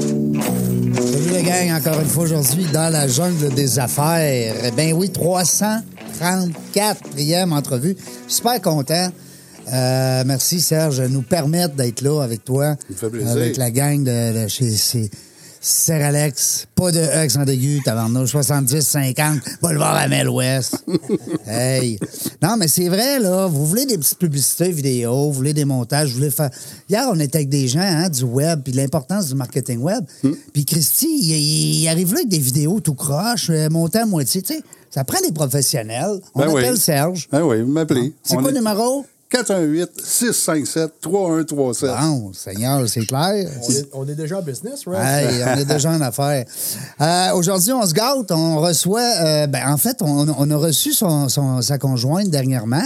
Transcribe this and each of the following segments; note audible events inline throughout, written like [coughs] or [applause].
Salut les gang, encore une fois aujourd'hui dans la jungle des affaires. Eh Ben oui, 334e entrevue. Super content. Euh, merci Serge de nous permettre d'être là avec toi. me fait plaisir. Avec la gang de, de chez chez Seralex. Pas de E accent aigu, tabarnouche. 70-50, boulevard [laughs] Amel-Ouest. hey. Non, mais c'est vrai, là. Vous voulez des petites publicités vidéo, vous voulez des montages, vous voulez faire. Hier, on était avec des gens hein, du web, puis l'importance du marketing web. Hmm. Puis Christy, il, il arrive là avec des vidéos tout croche, euh, montées à moitié. Tu sais, ça prend des professionnels. On Ben oui. appelle Serge. Ah oui, vous m'appelez. C'est On quoi est- le numéro? 418-657-3137. Bon, Seigneur, c'est clair. On est, on est déjà en business, right? Hey, on est déjà en affaires. Euh, Aujourd'hui, on se gâte. On reçoit. euh, ben, en fait, on, on a reçu son, son- sa conjointe dernièrement,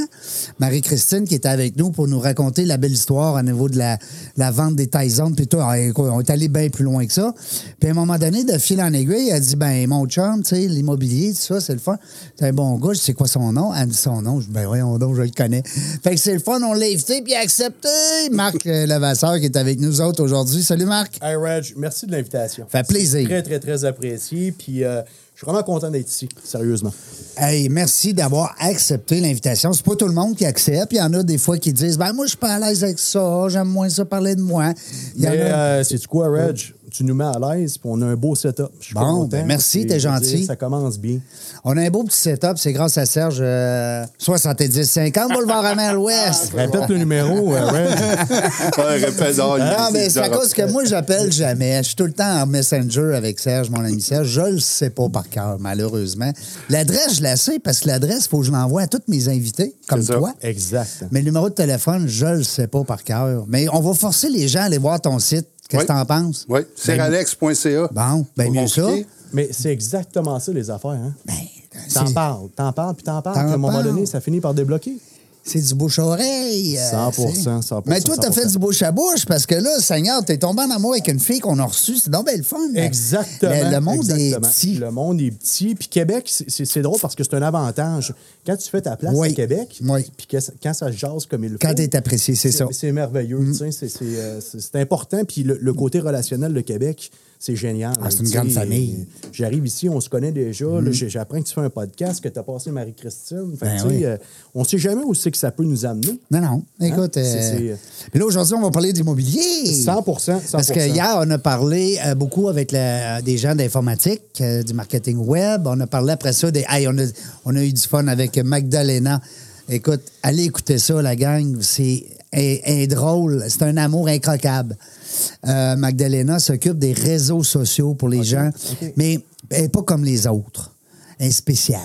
Marie-Christine, qui était avec nous pour nous raconter la belle histoire au niveau de la, la vente des Tyson. Puis tout, Ah, écoute, on est allé bien plus loin que ça. Puis à un moment donné, de fil en aiguille, elle dit Ben, mon chum, tu sais, l'immobilier, tout ça, c'est le fun. C'est un bon gars, je sais quoi son nom. Elle me dit son nom. Je dis Ben, voyons donc, je le connais. Fait que c'est le fun, on l'a invité, puis il a accepté. Marc euh, Levasseur, qui est avec nous autres aujourd'hui. Salut, Marc. Hey, Raj, merci de l'invitation. Fait plaisir. C'est Très, très, très apprécié. Puis euh, je suis vraiment content d'être ici, sérieusement. Hey, merci d'avoir accepté l'invitation. C'est pas tout le monde qui accepte. Il y en a des fois qui disent Ben, moi, je suis pas à l'aise avec ça, j'aime moins ça parler de moi. Il y en Mais a- euh, c'est-tu quoi, Raj? Tu nous mets à l'aise, puis on a un beau setup. Je suis Bon, content. ben merci, Et t'es je veux gentil. dire, Ça commence bien. On a un beau petit setup, c'est grâce à Serge euh, 70-50 Boulevard Amel Ouest. Répète le numéro, euh, Raj. [laughs] [laughs] Ouais, répète, non, il- Ah, il- mais il- c'est à cause que moi, j'appelle jamais. Je suis tout le temps en Messenger avec Serge, mon ami Serge. Je le sais pas par cœur, malheureusement. L'adresse, je la sais parce que l'adresse, il faut que je l'envoie à tous mes invités, comme C'est ça. toi. Exact. Mais le numéro de téléphone, je le sais pas par cœur. Mais on va forcer les gens à aller voir ton site. Qu'est-ce Oui. que t'en penses? Oui, seralex.ca. Bon, ben Pour mieux ça. compliquer. Mais c'est exactement ça, les affaires. Hein? Ben, T'en c'est- parles, t'en parles, puis t'en parles. T'en puis à un moment parles. donné, ça finit par débloquer. c'est du bouche-oreille. euh, 100%, c'est- 100%, Mais toi, t'as fait du bouche-à-bouche parce que là, Seigneur, t'es tombé en amour avec une fille qu'on a reçue. C'est donc bien le fun. Exactement. Ben, Le, le monde exactement. est petit. Le monde est petit. Puis Québec, c'est- c'est c'est drôle parce que c'est un avantage. Quand tu fais ta place Oui. à Québec, Oui. puis que ça- quand ça jase comme il le Quand faut, t'es apprécié, c'est ça. Mm. C'est merveilleux. tu sais, c'est- C'est euh, c'est- c'est important. Puis le, le côté relationnel de Québec, c'est génial. Ah, c'est une Tu sais, grande famille. Mm. euh, J'arrive ici, on se connaît déjà. Là, j'ai- J'apprends que tu fais un podcast, que tu as passé Marie-Christine. Fait que, Ben tu sais, oui. euh, on ne sait jamais où c'est que ça peut nous amener. Non, non. Écoute, Hein? euh, C'est- mais là, aujourd'hui, on va parler d'immobilier. 100%, Parce que 100%. hier, on a parlé euh, beaucoup avec la- des gens d'informatique, euh, du marketing web. On a parlé après ça des. Hey, on, a, on a eu du fun avec Magdalena. Écoute, allez écouter ça, la gang. C'est est- est drôle. C'est un amour incroquable. Euh, Magdalena s'occupe des réseaux sociaux pour les gens, ok. mais elle n'est pas comme les autres. Elle est spéciale.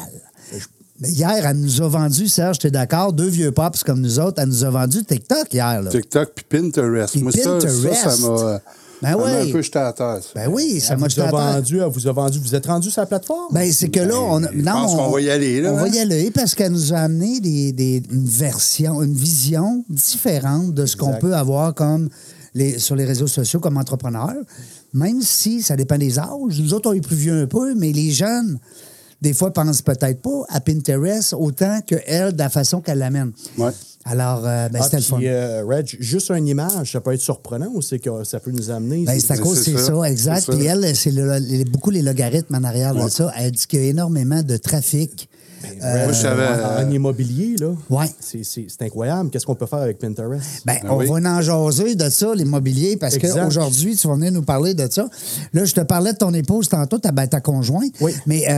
Mais Hier, elle nous a vendu, Serge, t'es d'accord, deux vieux pops comme nous autres, elle nous a vendu TikTok hier. Là. TikTok puis Pinterest. Puis Moi, ça, ça, Pinterest. ça m'a euh, Ben ça m'a ouais. un peu jeté à terre. ça. Ben oui, ça Elle m'a vous jeté à a terre. vendu, elle vous a vendu. Vous êtes rendu sur la plateforme? Ben, c'est que là, on, a- je pense on- qu'on va y aller, là, On va hein? y aller parce qu'elle nous a amené des, des- une version, une vision différente de ce qu'on Exact. peut avoir comme les, sur les réseaux sociaux comme entrepreneur, même si ça dépend des âges. Nous autres, on est plus vieux un peu, mais les jeunes, des fois, pensent peut-être pas à Pinterest autant que elle, de la façon qu'elle l'amène. Ouais. Alors, euh, ben, Ah, c'était le puis, fun. euh, Reg, juste une image, ça peut être surprenant ou c'est que ça peut nous amener. Ben, c'est- c'est à cause, c'est c'est ça, ça. exact. C'est ça. Puis elle, c'est le- les- beaucoup les logarithmes en arrière de Ouais. ça. Elle dit qu'il y a énormément de trafic. euh, Moi, je savais. euh, en, en immobilier, là. Ouais. C'est- C'est c'est incroyable. Qu'est-ce qu'on peut faire avec Pinterest? Ben, Ben on oui. va en jaser de ça, l'immobilier, parce Exact. qu'aujourd'hui, tu vas venir nous parler de ça. Là, je te parlais de ton épouse tantôt, ta, ben, ta conjointe. Oui. Mais euh,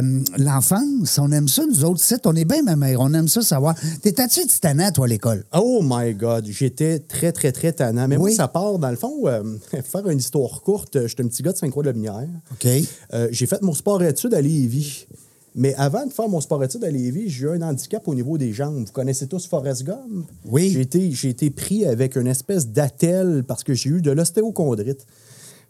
euh, l'enfance, on aime ça, nous autres, sites, on est bien, ma mère, on aime ça savoir. T'étais-tu titanant, toi, à l'école? Oh my God, j'étais très, très, très tannant. Mais moi, Oui. ça part, dans le fond, euh, [laughs] faire une histoire courte, j'étais un petit gars de Saint-Croix-de-la-Minière. OK. Euh, j'ai fait mon sport études à Lévis. Mais avant de faire mon sport études à Lévis, j'ai eu un handicap au niveau des jambes. Vous connaissez tous Forrest Gump? Oui. J'ai été, j'ai été pris avec une espèce d'attelle parce que j'ai eu de l'ostéochondrite.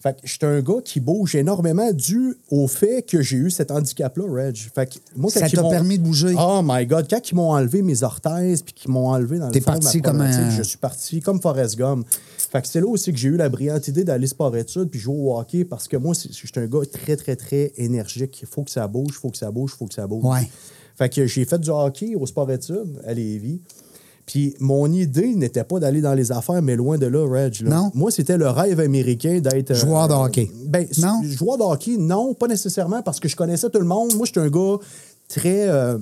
Fait que j'étais un gars qui bouge énormément dû au fait que j'ai eu cet handicap-là, Reg. Fait que moi, Ça quand ils t'a m'ont- permis de bouger. Oh my God. Quand ils m'ont enlevé mes orthèses puis qu'ils m'ont enlevé dans le T'es fond de ma parti comme un- problématique, Je suis parti comme Forrest Gump. Fait que c'est là aussi que j'ai eu la brillante idée d'aller sport-études puis jouer au hockey parce que moi, c'est- je suis un gars très, très, très énergique. Il faut que ça bouge, il faut que ça bouge, il faut que ça bouge. Ouais. Fait que j'ai fait du hockey au sport-études à Lévis. Puis mon idée n'était pas d'aller dans les affaires, mais loin de là, Reg. là. Non. Moi, c'était le rêve américain d'être... euh, Joueur de hockey. Ben, Non? non. Joueur de hockey, non, pas nécessairement, parce que je connaissais tout le monde. Moi, j'étais un gars très. euh,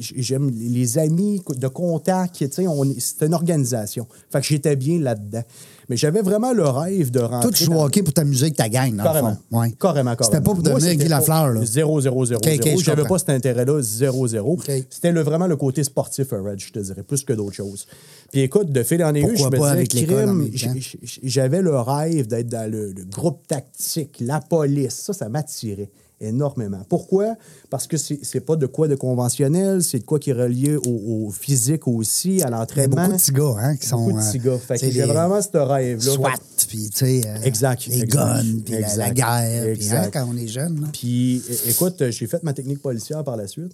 j- J'aime les amis de contact. tu sais, on est- C'était une organisation. Fait que j'étais bien là-dedans. Mais j'avais vraiment le rêve de rentrer. Toi, tu joues au dans- hockey pour t'amuser avec ta gang, dans Carrément. le fond. Ouais. Carrément, carrément. C'était pas pour Moi, devenir c'était Guy pas Lafleur, là. 0 0 0 Ok, ok, je J'avais comprends. pas cet intérêt-là, 0 0 C'était le- vraiment le côté sportif, Red, je te dirais, plus que d'autres choses. Puis écoute, de fil en aiguille, Pourquoi je me pas disais, avec l'école en crime, même temps? j'ai- j'ai- j'avais le rêve d'être dans le, le groupe tactique, la police. Ça, ça m'attirait énormément. Pourquoi? Parce que c'est c'est pas de quoi de conventionnel, c'est de quoi qui est relié au, au physique aussi, à Il y a l'entraînement. beaucoup de petits gars, hein, qui sont. Beaucoup de euh, petits gars. Fait que c'est j'ai des vraiment ce rêve-là. SWAT, Fait- puis tu sais. euh, Exact, Les exact, guns, puis la, exact, la guerre, puis hein, exact. quand on est jeune. là. Puis, é- écoute, euh, j'ai fait ma technique policière par la suite.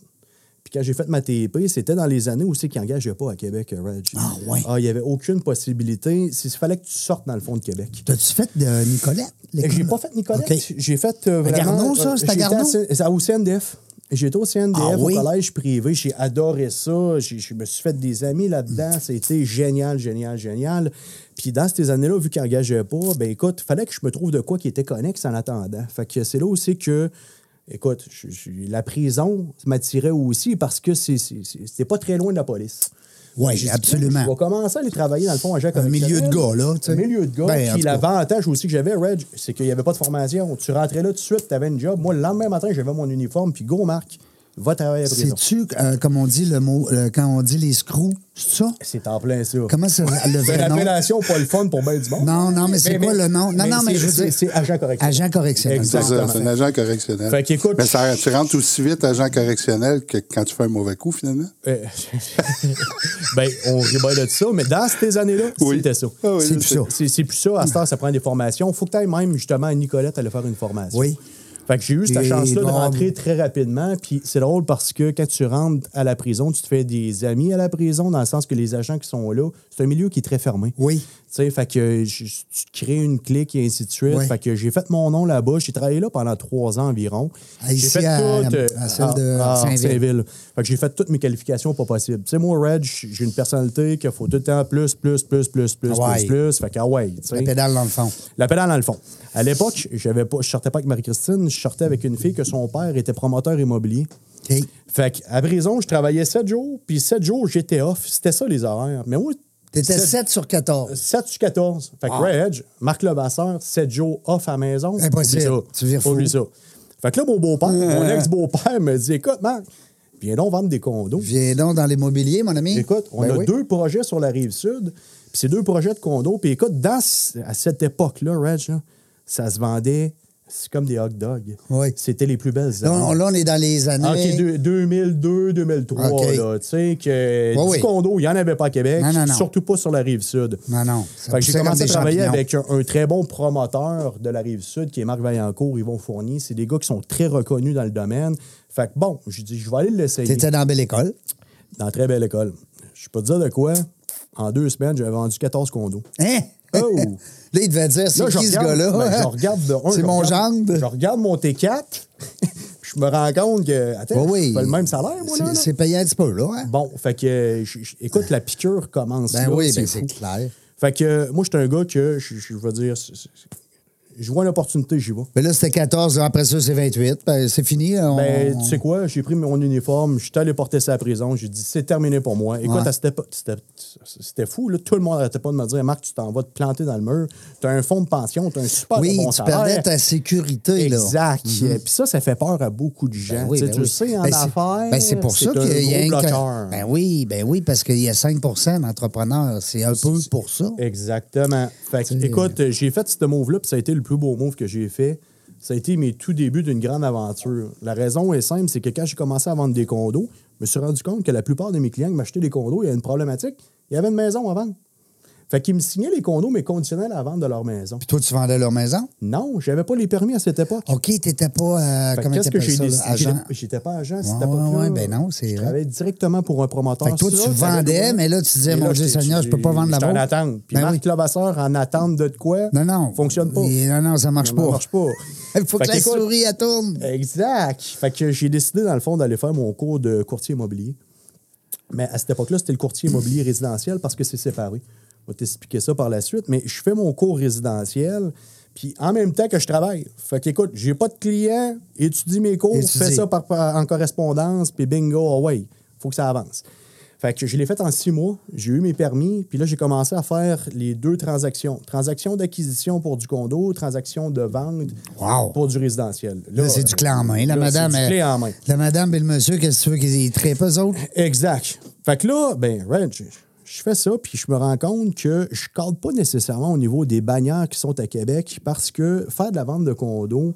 Puis quand j'ai fait ma TEP, c'était dans les années où c'est qu'ils n'engageaient pas à Québec, euh, Reg. Ah, ouais. Ah, il n'y avait aucune possibilité. Il fallait que tu sortes dans le fond de Québec. T'as-tu fait de Nicolette? Et l'école? J'ai pas fait Nicolette. OK. J'ai fait euh, vraiment... Garneau, ça? euh, C'était à j'étais Garneau? C- C'est au CNDF. J'étais au CNDF, Ah oui? au collège privé. J'ai adoré ça. J'ai- Je me suis fait des amis là-dedans. Mm. C'était génial, génial, génial. Puis dans ces années-là, vu qu'ils n'engageaient pas, ben écoute, fallait que je me trouve de quoi qui était connexe en attendant. Fait que c'est là aussi que... Écoute, je- je- la prison m'attirait aussi parce que c'est- c'est- c'est- c'était pas très loin de la police. Ouais, J'ai dit, absolument. Je vais commencer à aller travailler dans le fond à Jacques Un milieu de gars, là, tu sais. Un milieu de gars. Ben, en puis tout cas. l'avantage aussi que j'avais, Reg, c'est qu'il n'y avait pas de formation. Tu rentrais là tout de suite, tu avais une job. Moi, le lendemain matin, j'avais mon uniforme, puis go, Marc, va travailler à la prison. C'est-tu, euh, comme on dit le mot, euh, quand on dit les screws, c'est ça? C'est en plein ça. Comment ça le C'est une vrai nom? appellation pas le fun pour bien du monde. Non, non, mais c'est Mais- quoi mais- le nom? Non, mais non, mais c'est- je veux c'est- dire. c'est agent correctionnel. Agent correctionnel. C'est Exactement. ça, c'est un agent correctionnel. Fait qu'écoute, Mais ça, tu rentres aussi vite agent correctionnel que quand tu fais un mauvais coup, finalement. Euh, [laughs] ben, on rit bien de ça, mais dans ces années-là, Oui. c'était ça. Ah oui, C'est là, plus ça. C'est c'est plus ça. À ce temps, ça prend des formations. Faut que tu ailles même justement à Nicolette aller faire une formation. Oui. Fait que j'ai eu cette Et chance-là de non. rentrer très rapidement. Puis c'est drôle parce que quand tu rentres à la prison, tu te fais des amis à la prison, dans le sens que les agents qui sont là, c'est un milieu qui est très fermé. Oui. Tu sais, fait que je- tu te crées une clique et ainsi de suite. Oui. Fait que j'ai fait mon nom là-bas. J'ai travaillé là pendant trois ans environ. Ah, J'ai ici, fait à- tout, euh, à celle de à- à Saint-Ville. Saint-Ville. Fait que j'ai fait toutes mes qualifications pas possible. Tu sais, moi, Red, j'ai une personnalité qu'il faut tout le temps plus, plus, plus, plus, plus, Ah ouais. plus, plus. Fait que, ah ouais, tu La sais. pédale dans le fond. La pédale dans le fond. À l'époque, j'avais pas, je sortais pas avec Marie-Christine, je sortais avec une fille que son père était promoteur immobilier. OK. Fait que, à prison, je travaillais 7 jours, puis 7 jours, j'étais off. C'était ça, les horaires. Mais moi, T'étais Ah. sept- 7 sur 14. 7 sur 14. Fait que Red Edge, Marc Levasseur, 7 jours off à la maison. Impossible. Oublie ça. Tu vires fou. Euh. Oublie ça. Fait que là, mon beau-père, mon ex-beau-père me dit Écoute, Marc, viens donc vendre des condos. Viens donc dans l'immobilier, mon ami. Écoute, on Ben a oui. deux projets sur la rive sud, puis c'est deux projets de condos. Puis écoute, dans, ce- à cette époque-là, Reg, là, ça se vendait, c'est comme des hot dogs. Oui. C'était les plus belles Là, on, années. là, on est dans les Ah, OK, années. deux- 2002, 2003, OK. là, tu sais, que Oui, du oui. condo, il n'y en avait pas à Québec, Non, non, non. surtout pas sur la rive sud. Non, non. Ça Fait que j'ai poussait commencé à comme des travailler champignons. avec un, un très bon promoteur de la rive sud qui est Marc Vaillancourt, Yvon Fournier. C'est des gars qui sont très reconnus dans le domaine. Fait que bon, j'ai dit, je vais aller l'essayer T'étais dans belle école. dans la très belle école. Je peux te dire de quoi. En deux semaines, j'avais vendu 14 condos. Hein? Oh! [laughs] Là, il devait dire, c'est Là, je qui ce regarde- gars-là? ben, [laughs] je regarde de un, C'est je mon regarde- gendre. Je regarde mon T4, puis [laughs] je me rends compte que. Attends, Oui, Ben oui. c'est pas le même salaire, moi, là, C'est- là. C'est payé un petit peu, là. Hein? Bon, fait que, euh, je- je- écoute, la piqûre commence. Ben là, oui, ben, fou. c'est clair. Fait que, euh, moi, je suis un gars que, je, je veux dire, c'est- c'est- je vois une opportunité, j'y vais. Mais là, c'était 14, après ça, c'est 28. Ben, c'est fini. on- Ben, tu sais quoi, j'ai pris mon uniforme, je suis allé porter ça à la prison, j'ai dit, c'est terminé pour moi. Écoute, Ouais. à cette époque, c'était, c'était fou, là. tout le monde n'arrêtait pas de me dire, Marc, tu t'en vas te planter dans le mur, tu as un fonds de pension, tu as un super oui, bon tu salaire. perdais ta sécurité, là. Mhm. Exact. Puis ça, ça fait peur à beaucoup de gens. Ben oui, Tu sais, ben tu le oui. sais, en Ben, c'est- affaires, ben, c'est pour ça un qu'il y a gros un. bloqueur. co- Ben oui, ben oui, parce qu'il y a 5 d'entrepreneurs. C'est un peu pour ça. Exactement. Fait que, écoute, j'ai fait ce move-là, puis ça a été le plus beau move que j'ai fait. Ça a été mes tout débuts d'une grande aventure. La raison est simple, c'est que quand j'ai commencé à vendre des condos, je me suis rendu compte que la plupart de mes clients qui m'achetaient des condos, il y a une problématique, il y avait une maison à vendre. Fait qu'ils me signaient les condos, mais conditionnels à la vente de leur maison. Puis toi, tu vendais leur maison? Non, j'avais pas les permis à cette époque. OK, t'étais pas. euh, Fait que comment Qu'est-ce que t'appelles j'ai ça, là, décidé? agent? J'étais- J'étais pas agent, Ouais, c'était pas ouais, ben non, c'est Je vrai. travaillais directement pour un promoteur. Fait que toi, Ça, tu t'avais vendais, droit. mais là, tu disais, Mais mon là, Dieu j'étais- Seigneur, je peux pas vendre la j'étais en vôtre. attente. Puis Ben Marc oui. Levasseur, en attente de quoi? Non, non. Fonctionne pas. Et non, non, ça marche Ça pas. marche pas. [laughs] Il faut que Fait la qu'écoute, souris, elle tourne. Exact. Fait que j'ai décidé, dans le fond, d'aller faire mon cours de courtier immobilier. Mais à cette époque-là, c'était le courtier immobilier résidentiel parce que c'est séparé. On va t'expliquer ça par la suite. Mais je fais mon cours résidentiel, puis en même temps que je travaille. Fait qu'écoute, j'ai pas de clients, étudie mes cours, Étudie. fais ça par, par- en correspondance, puis bingo, away. Faut que ça avance. Fait que je l'ai fait en six mois, j'ai eu mes permis, puis là, j'ai commencé à faire les deux transactions. Transaction d'acquisition pour du condo, transaction de vente Wow. pour du résidentiel. Là, c'est du clé en main. La Là, madame. C'est du elle- clé en main. La madame et le monsieur, qu'est-ce que tu veux qu'ils trippent eux [laughs] autres? Exact. Fait que là, ben, Red, je, je fais ça, puis je me rends compte que je ne cadre pas nécessairement au niveau des bannières qui sont à Québec parce que faire de la vente de condos,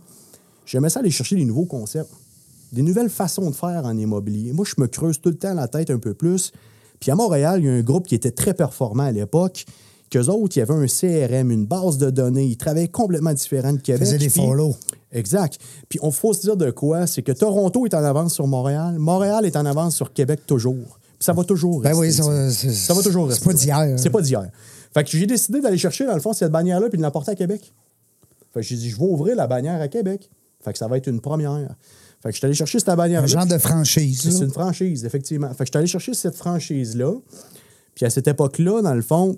j'aimais ça aller chercher des nouveaux concepts, des nouvelles façons de faire en immobilier. Moi, je me creuse tout le temps la tête un peu plus. Puis à Montréal, il y a un groupe qui était très performant à l'époque. Qu'eux autres, il y avait un CRM, une base de données. Ils travaillaient complètement différent de Québec. Faisaient des Puis- follow. Exact. Puis on faut se dire de quoi, c'est que Toronto est en avance sur Montréal, Montréal est en avance sur Québec toujours. Puis ça va toujours Ben rester. oui, ça va- c'est- ça va toujours c'est rester. pas ouais. d'hier. C'est pas d'hier. Fait que j'ai décidé d'aller chercher, dans le fond, cette bannière-là puis de l'emporter à Québec. Fait que j'ai dit, je vais ouvrir la bannière à Québec. Fait que ça va être une première. Fait que je suis allé chercher cette bannière-là. Un genre de franchise. C'est là. une franchise, effectivement. Fait que je suis allé chercher cette franchise-là. Puis à cette époque-là, dans le fond,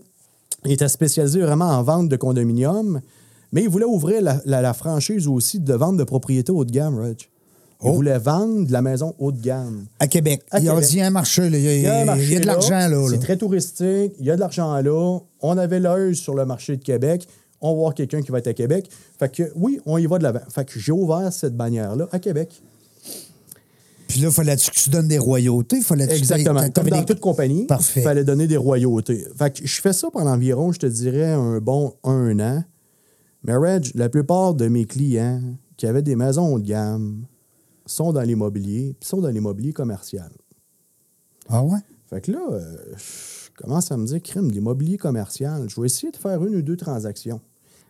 il était spécialisé vraiment en vente de condominiums, mais il voulait ouvrir la, la- la franchise aussi de vente de propriétés haut de gamme, Reg. Il voulait vendre de la maison haut de gamme. À Québec. À Ils ont Québec. dit, il y a un marché, là. Il y a, un il y a marché de l'argent, là. là. C'est très touristique. Il y a de l'argent là. On avait l'œil sur le marché de Québec. On va voir quelqu'un qui va être à Québec. Fait que oui, on y va de l'avant. Fait que j'ai ouvert cette bannière-là à Québec. Puis là, fallait-tu que tu donnes des royautés? Fallait-tu que Exactement. t'aies- Comme t'avais dans des- toute compagnie, Parfait. il fallait donner des royautés. Fait que je fais ça pendant environ, je te dirais, un bon un an. Mais Reg, la plupart de mes clients qui avaient des maisons haut de gamme sont dans l'immobilier, puis sont dans l'immobilier commercial. Ah ouais? Fait que là, euh, je commence à me dire, crime, l'immobilier commercial, je vais essayer de faire une ou deux transactions.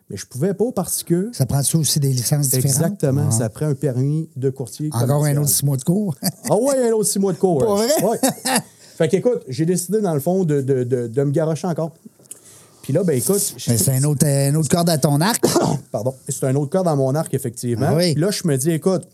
Mais je pouvais pas parce que, Ça prend-tu aussi des licences différentes? exactement, Ah. ça prend un permis de courtier Encore un commercial. autre six mois de [laughs] cours? Ah ouais, un autre six mois de cours. Pour vrai? Ouais. Fait qu'écoute, j'ai décidé, dans le fond, de, de, de, de me garocher encore. Puis là, ben écoute, Mais c'est un autre, un autre corde à ton arc. [coughs] pardon, c'est un autre cas dans mon arc, effectivement. Ah oui. Puis là, je me dis, écoute,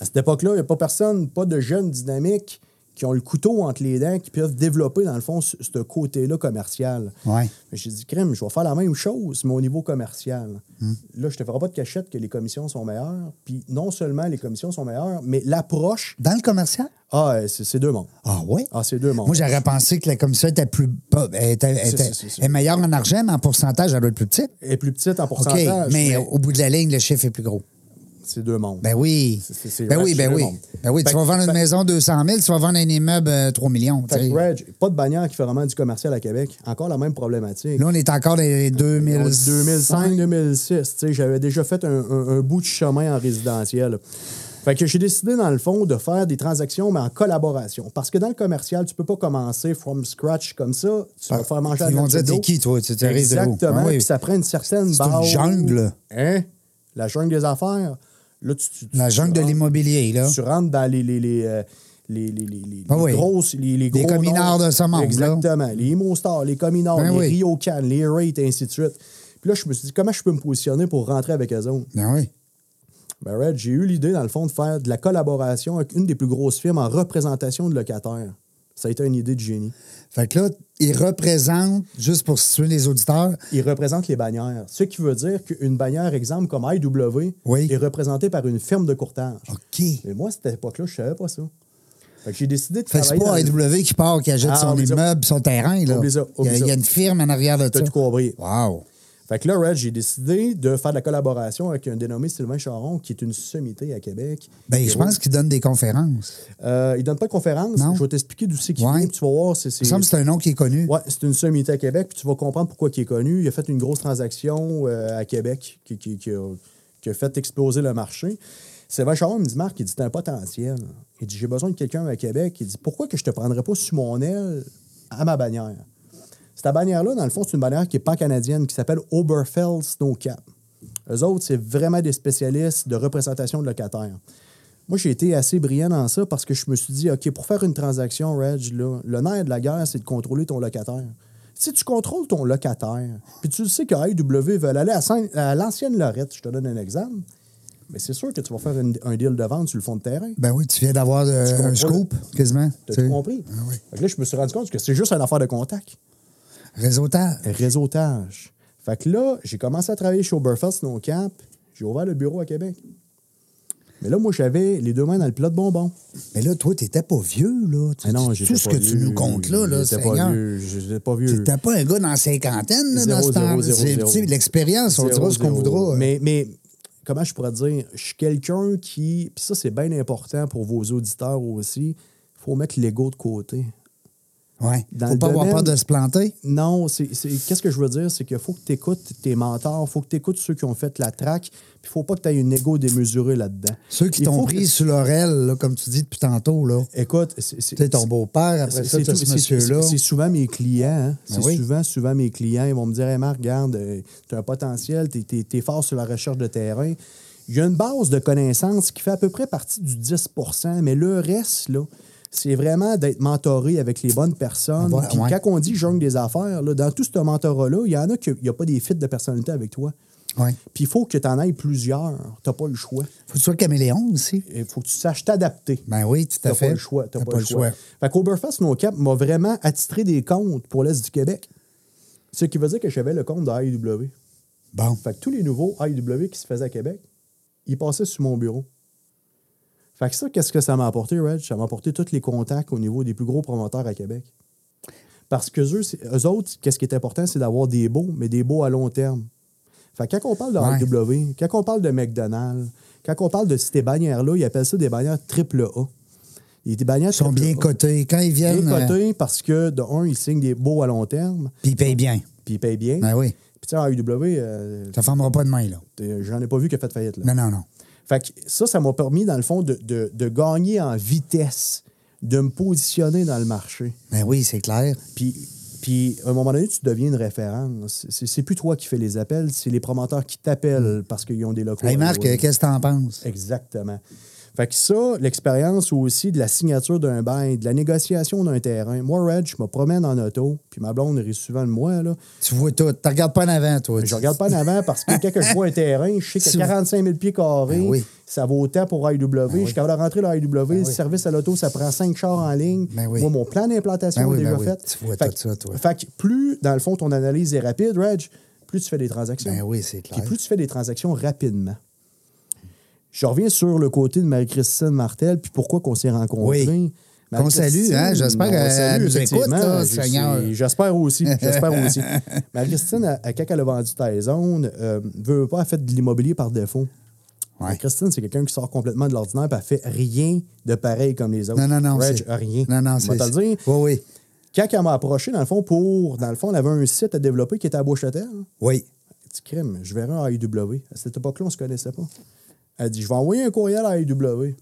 à cette époque-là, il n'y a pas personne, pas de jeunes dynamiques qui ont le couteau entre les dents, qui peuvent développer, dans le fond, ce, ce côté-là commercial. Ouais. Mais J'ai dit, crème, je vais faire la même chose, mais au niveau commercial. Hmm. Là, je te ferai pas de cachette que les commissions sont meilleures. Puis non seulement les commissions sont meilleures, mais l'approche Dans le commercial? ah, euh, c'est c'est deux mondes. Ah ouais? Ah, c'est deux mondes. Moi, j'aurais pensé que la commission était plus. bas- était- était- c'est- c'est- c'est- est meilleure en argent, mais en pourcentage, elle doit être plus petite. Elle est plus petite en OK, pourcentage. mais au bout de la ligne, le chiffre est plus gros. C'est deux mondes. Ben oui. C'est- c'est- c'est ben vrai, oui, c'est ben le oui. monde. Ben oui, tu Fait vas que- vendre une fait- maison 200 000, tu vas vendre un immeuble euh, 3 millions. tu Fait sais. que, Reg, pas de bannière qui fait vraiment du commercial à Québec. Encore la même problématique. Là, on est encore dans Euh, les 2000... 2005-2006, j'avais déjà fait un, un- un bout de chemin en résidentiel. Fait que j'ai décidé, dans le fond, de faire des transactions, mais en collaboration. Parce que dans le commercial, tu peux pas commencer from scratch comme ça. Tu vas Ah, faire manger à ils vont notre dire, dos. t'es qui, toi? Tu- tu arrives de où? Exactement. Ah oui. Puis ça prend une certaine C'est une base. jungle. Hein? La jungle des affaires. Là, tu, tu- tu- La jungle de tu- l'immobilier, là. tu rentres dans les, les, les, euh, les, les, les, les- Ah les oui. grosses, les, les Les gros communards noms. de ce monde, là. Exactement. Les Imostars, les communards, Ben les oui. Ryokan, les Rate, et ainsi de suite. Puis là, je me suis dit, comment je peux me positionner pour rentrer avec eux autres? Ben oui. Ben, Red, j'ai eu l'idée, dans le fond, de faire de la collaboration avec une des plus grosses firmes en représentation de locataires. Ça a été une idée de génie. Fait que là, ils représentent, juste pour situer les auditeurs, Ils représentent les bannières. Ce qui veut dire qu'une bannière, exemple, comme IW, Oui. est représentée par une firme de courtage. OK. Mais moi, à cette époque-là, je savais pas ça. Fait que j'ai décidé de Fait que c'est travailler... pas dans- AW qui part, qui achète Ah, son oublie ça. immeuble, son terrain. Là. Oublie ça, il, y oublie a, ça. il y a une firme en arrière de T'as ça. tout compris. Wow. Fait que là, Red, j'ai décidé de faire de la collaboration avec un dénommé Sylvain Charon, qui est une sommité à Québec. Ben, Et je ouais, pense qu'ils donnent des conférences. euh, il donne pas de conférence. Non. Je vais t'expliquer d'où c'est qu'il Ouais. vient, puis tu vas voir. C'est, c'est, Il me semble que c'est un nom qui est connu. Ouais, c'est une sommité à Québec, puis tu vas comprendre pourquoi il est connu. Il a fait une grosse transaction euh, à Québec qui, qui- qui a, qui a fait exploser le marché. Sylvain Charron me dit Marc, il dit T'as un potentiel. Il dit J'ai besoin de quelqu'un à Québec. Il dit Pourquoi que je te prendrais pas sur mon aile à ma bannière Cette bannière-là, dans le fond, c'est une bannière qui est pan-canadienne, qui s'appelle Oberfell Snowcap. Eux autres, c'est vraiment des spécialistes de représentation de locataires. Moi, j'ai été assez brillant dans ça parce que je me suis dit, OK, pour faire une transaction, Reg, là, le nerf de la guerre, c'est de contrôler ton locataire. Si tu contrôles ton locataire, puis tu le sais que AEW veulent aller à, Saint- à l'ancienne Lorette, je te donne un exemple, mais c'est sûr que tu vas faire une- un deal de vente sur le fond de terrain. Ben oui, tu viens d'avoir euh, un contrôles- scoop, quasiment. T'as tu sais. tout compris? oui. Fait que là, je me suis rendu compte que c'est juste une affaire de contact. Réseautage. Réseautage. Fait que là, j'ai commencé à travailler chez Oberfest, non camp. J'ai ouvert le bureau à Québec. Mais là, moi, j'avais les deux mains dans le plat de bonbons. Mais là, toi, t'étais pas vieux, là. Tu- Mais non, tu- j'étais Tout ce pas que tu vieux. nous comptes là, là, J'étais pas Seigneur. vieux. J'étais pas vieux. T'étais pas un gars dans la cinquantaine, là, dans Zéro, ce temps zéro, zéro, C'est- zéro. tu sais, L'expérience, on Zéro, dira ce qu'on zéro. voudra. Mais... Mais, mais comment je pourrais dire? Je suis quelqu'un qui. Puis ça, c'est bien important pour vos auditeurs aussi. Il faut mettre l'ego de côté. Ouais. Dans Faut le pas avoir domaine- peur de se planter. Non, c'est. c'est- Qu'est-ce que je veux dire? C'est qu'il faut que tu écoutes tes mentors, il faut que tu écoutes ceux qui ont fait la traque, puis il faut pas que tu aies une ego démesurée là-dedans. Ceux qui Il t'ont faut que- pris sur leur aile, là, comme tu dis depuis tantôt, là. Écoute, c'est. c'est- Tu sais, ton beau-père, c'est- après ça, c'est t'as tout- ce c'est- monsieur-là. c'est- c'est souvent mes clients. hein. Ben C'est oui. souvent, souvent mes clients. Ils vont me dire hey, Marc, regarde, tu as un potentiel, tu es, fort sur la recherche de terrain. Il y a une base de connaissances qui fait à peu près partie du 10 mais le reste, là, c'est vraiment d'être mentoré avec les bonnes personnes. Ouais, Puis ouais. quand on dit jongle des affaires, là, dans tout ce mentorat-là, il y en a qui n'y a pas des fits de personnalité avec toi. Ouais. Puis il faut que tu en ailles plusieurs. Tu n'as pas le choix. Faut que tu sois caméléon aussi. Il faut que tu saches t'adapter. Ben oui, tout à T'as fait. pas le choix. T'as pas, le choix. choix. Fait qu'Oberfest No Cap m'a vraiment attitré des comptes pour l'Est du Québec. Ce qui veut dire que j'avais le compte de AEW. Bon. Fait que tous les nouveaux AEW qui se faisaient à Québec, ils passaient sur mon bureau. Fait que ça, qu'est-ce que ça m'a apporté, Reg? Ça m'a apporté tous les contacts au niveau des plus gros promoteurs à Québec. Parce que eux, c'est- eux autres, qu'est-ce qui est important, c'est d'avoir des beaux, mais des beaux à long terme. Fait que quand on parle de Ouais. AEW, quand on parle de McDonald's, quand on parle de ces bannières-là, ils appellent ça des bannières triple A. Et des bannières Ils sont bien cotés. Quand ils Bien viennent, euh, cotés parce que, de un, ils signent des beaux à long terme, puis ils payent bien. puis ils payent bien. Ben oui. Puis tu sais, AEW, euh, Ça ne formera pas de main, là. t'es- euh, j'en ai pas vu qui a fait faillite. Là. Non, non, non. Fait que ça, ça m'a permis, dans le fond, de, de- de gagner en vitesse, de me positionner dans le marché. Ben oui, c'est clair. Puis, puis à un moment donné, tu deviens une référence. C'est, c'est plus toi qui fais les appels, c'est les promoteurs qui t'appellent parce qu'ils ont des locaux. Mm. Hey Marc, Ouais. euh, qu'est-ce que t'en penses? Exactement. Fait que ça, l'expérience aussi de la signature d'un bail, de la négociation d'un terrain. Moi, Red, je me promène en auto, puis ma blonde rit souvent de moi, là. Tu vois tout. Tu regardes pas en avant, toi. Je regarde pas en avant parce que quand que je vois un terrain, je sais que Souvent. 45 000 pieds carrés, Ben oui. Ben ça vaut autant pour IW. Je suis capable de rentrer dans IW. le service à l'auto, ça prend 5 chars en ligne. Ben oui. Moi, mon plan d'implantation Ben oui, est déjà ben oui. fait. Tu vois Fait tout que- ça, toi. Fait que plus, dans le fond, ton analyse est rapide, Reg, plus tu fais des transactions. Ben oui, c'est clair. Puis plus tu fais des transactions rapidement. Je reviens sur le côté de Marie-Christine Martel, puis pourquoi qu'on s'est rencontrés. Oui. Bah, Qu'on salue, hein, j'espère on qu'elle salue, nous écoute, effectivement. là, J'ai- Seigneur. j'ai- J'espère aussi. [laughs] J'espère aussi. Marie-Christine, à- à- quand elle a vendu Taizone, euh, veut veut pas, elle fait de l'immobilier par défaut. Ouais. Marie-Christine, c'est quelqu'un qui sort complètement de l'ordinaire et elle fait rien de pareil comme les autres. Non, non, non. Reg, c'est- rien. Non, non, On c'est. va te le dire. Oui, oui. Quand elle m'a approché, dans le fond, pour. Dans le fond, elle avait un site à développer qui était à Beauchâtel. Oui. Elle dit Crime, je verrai un AEW. À cette époque-là, on ne se connaissait pas. Elle dit Je vais envoyer un courriel à AEW.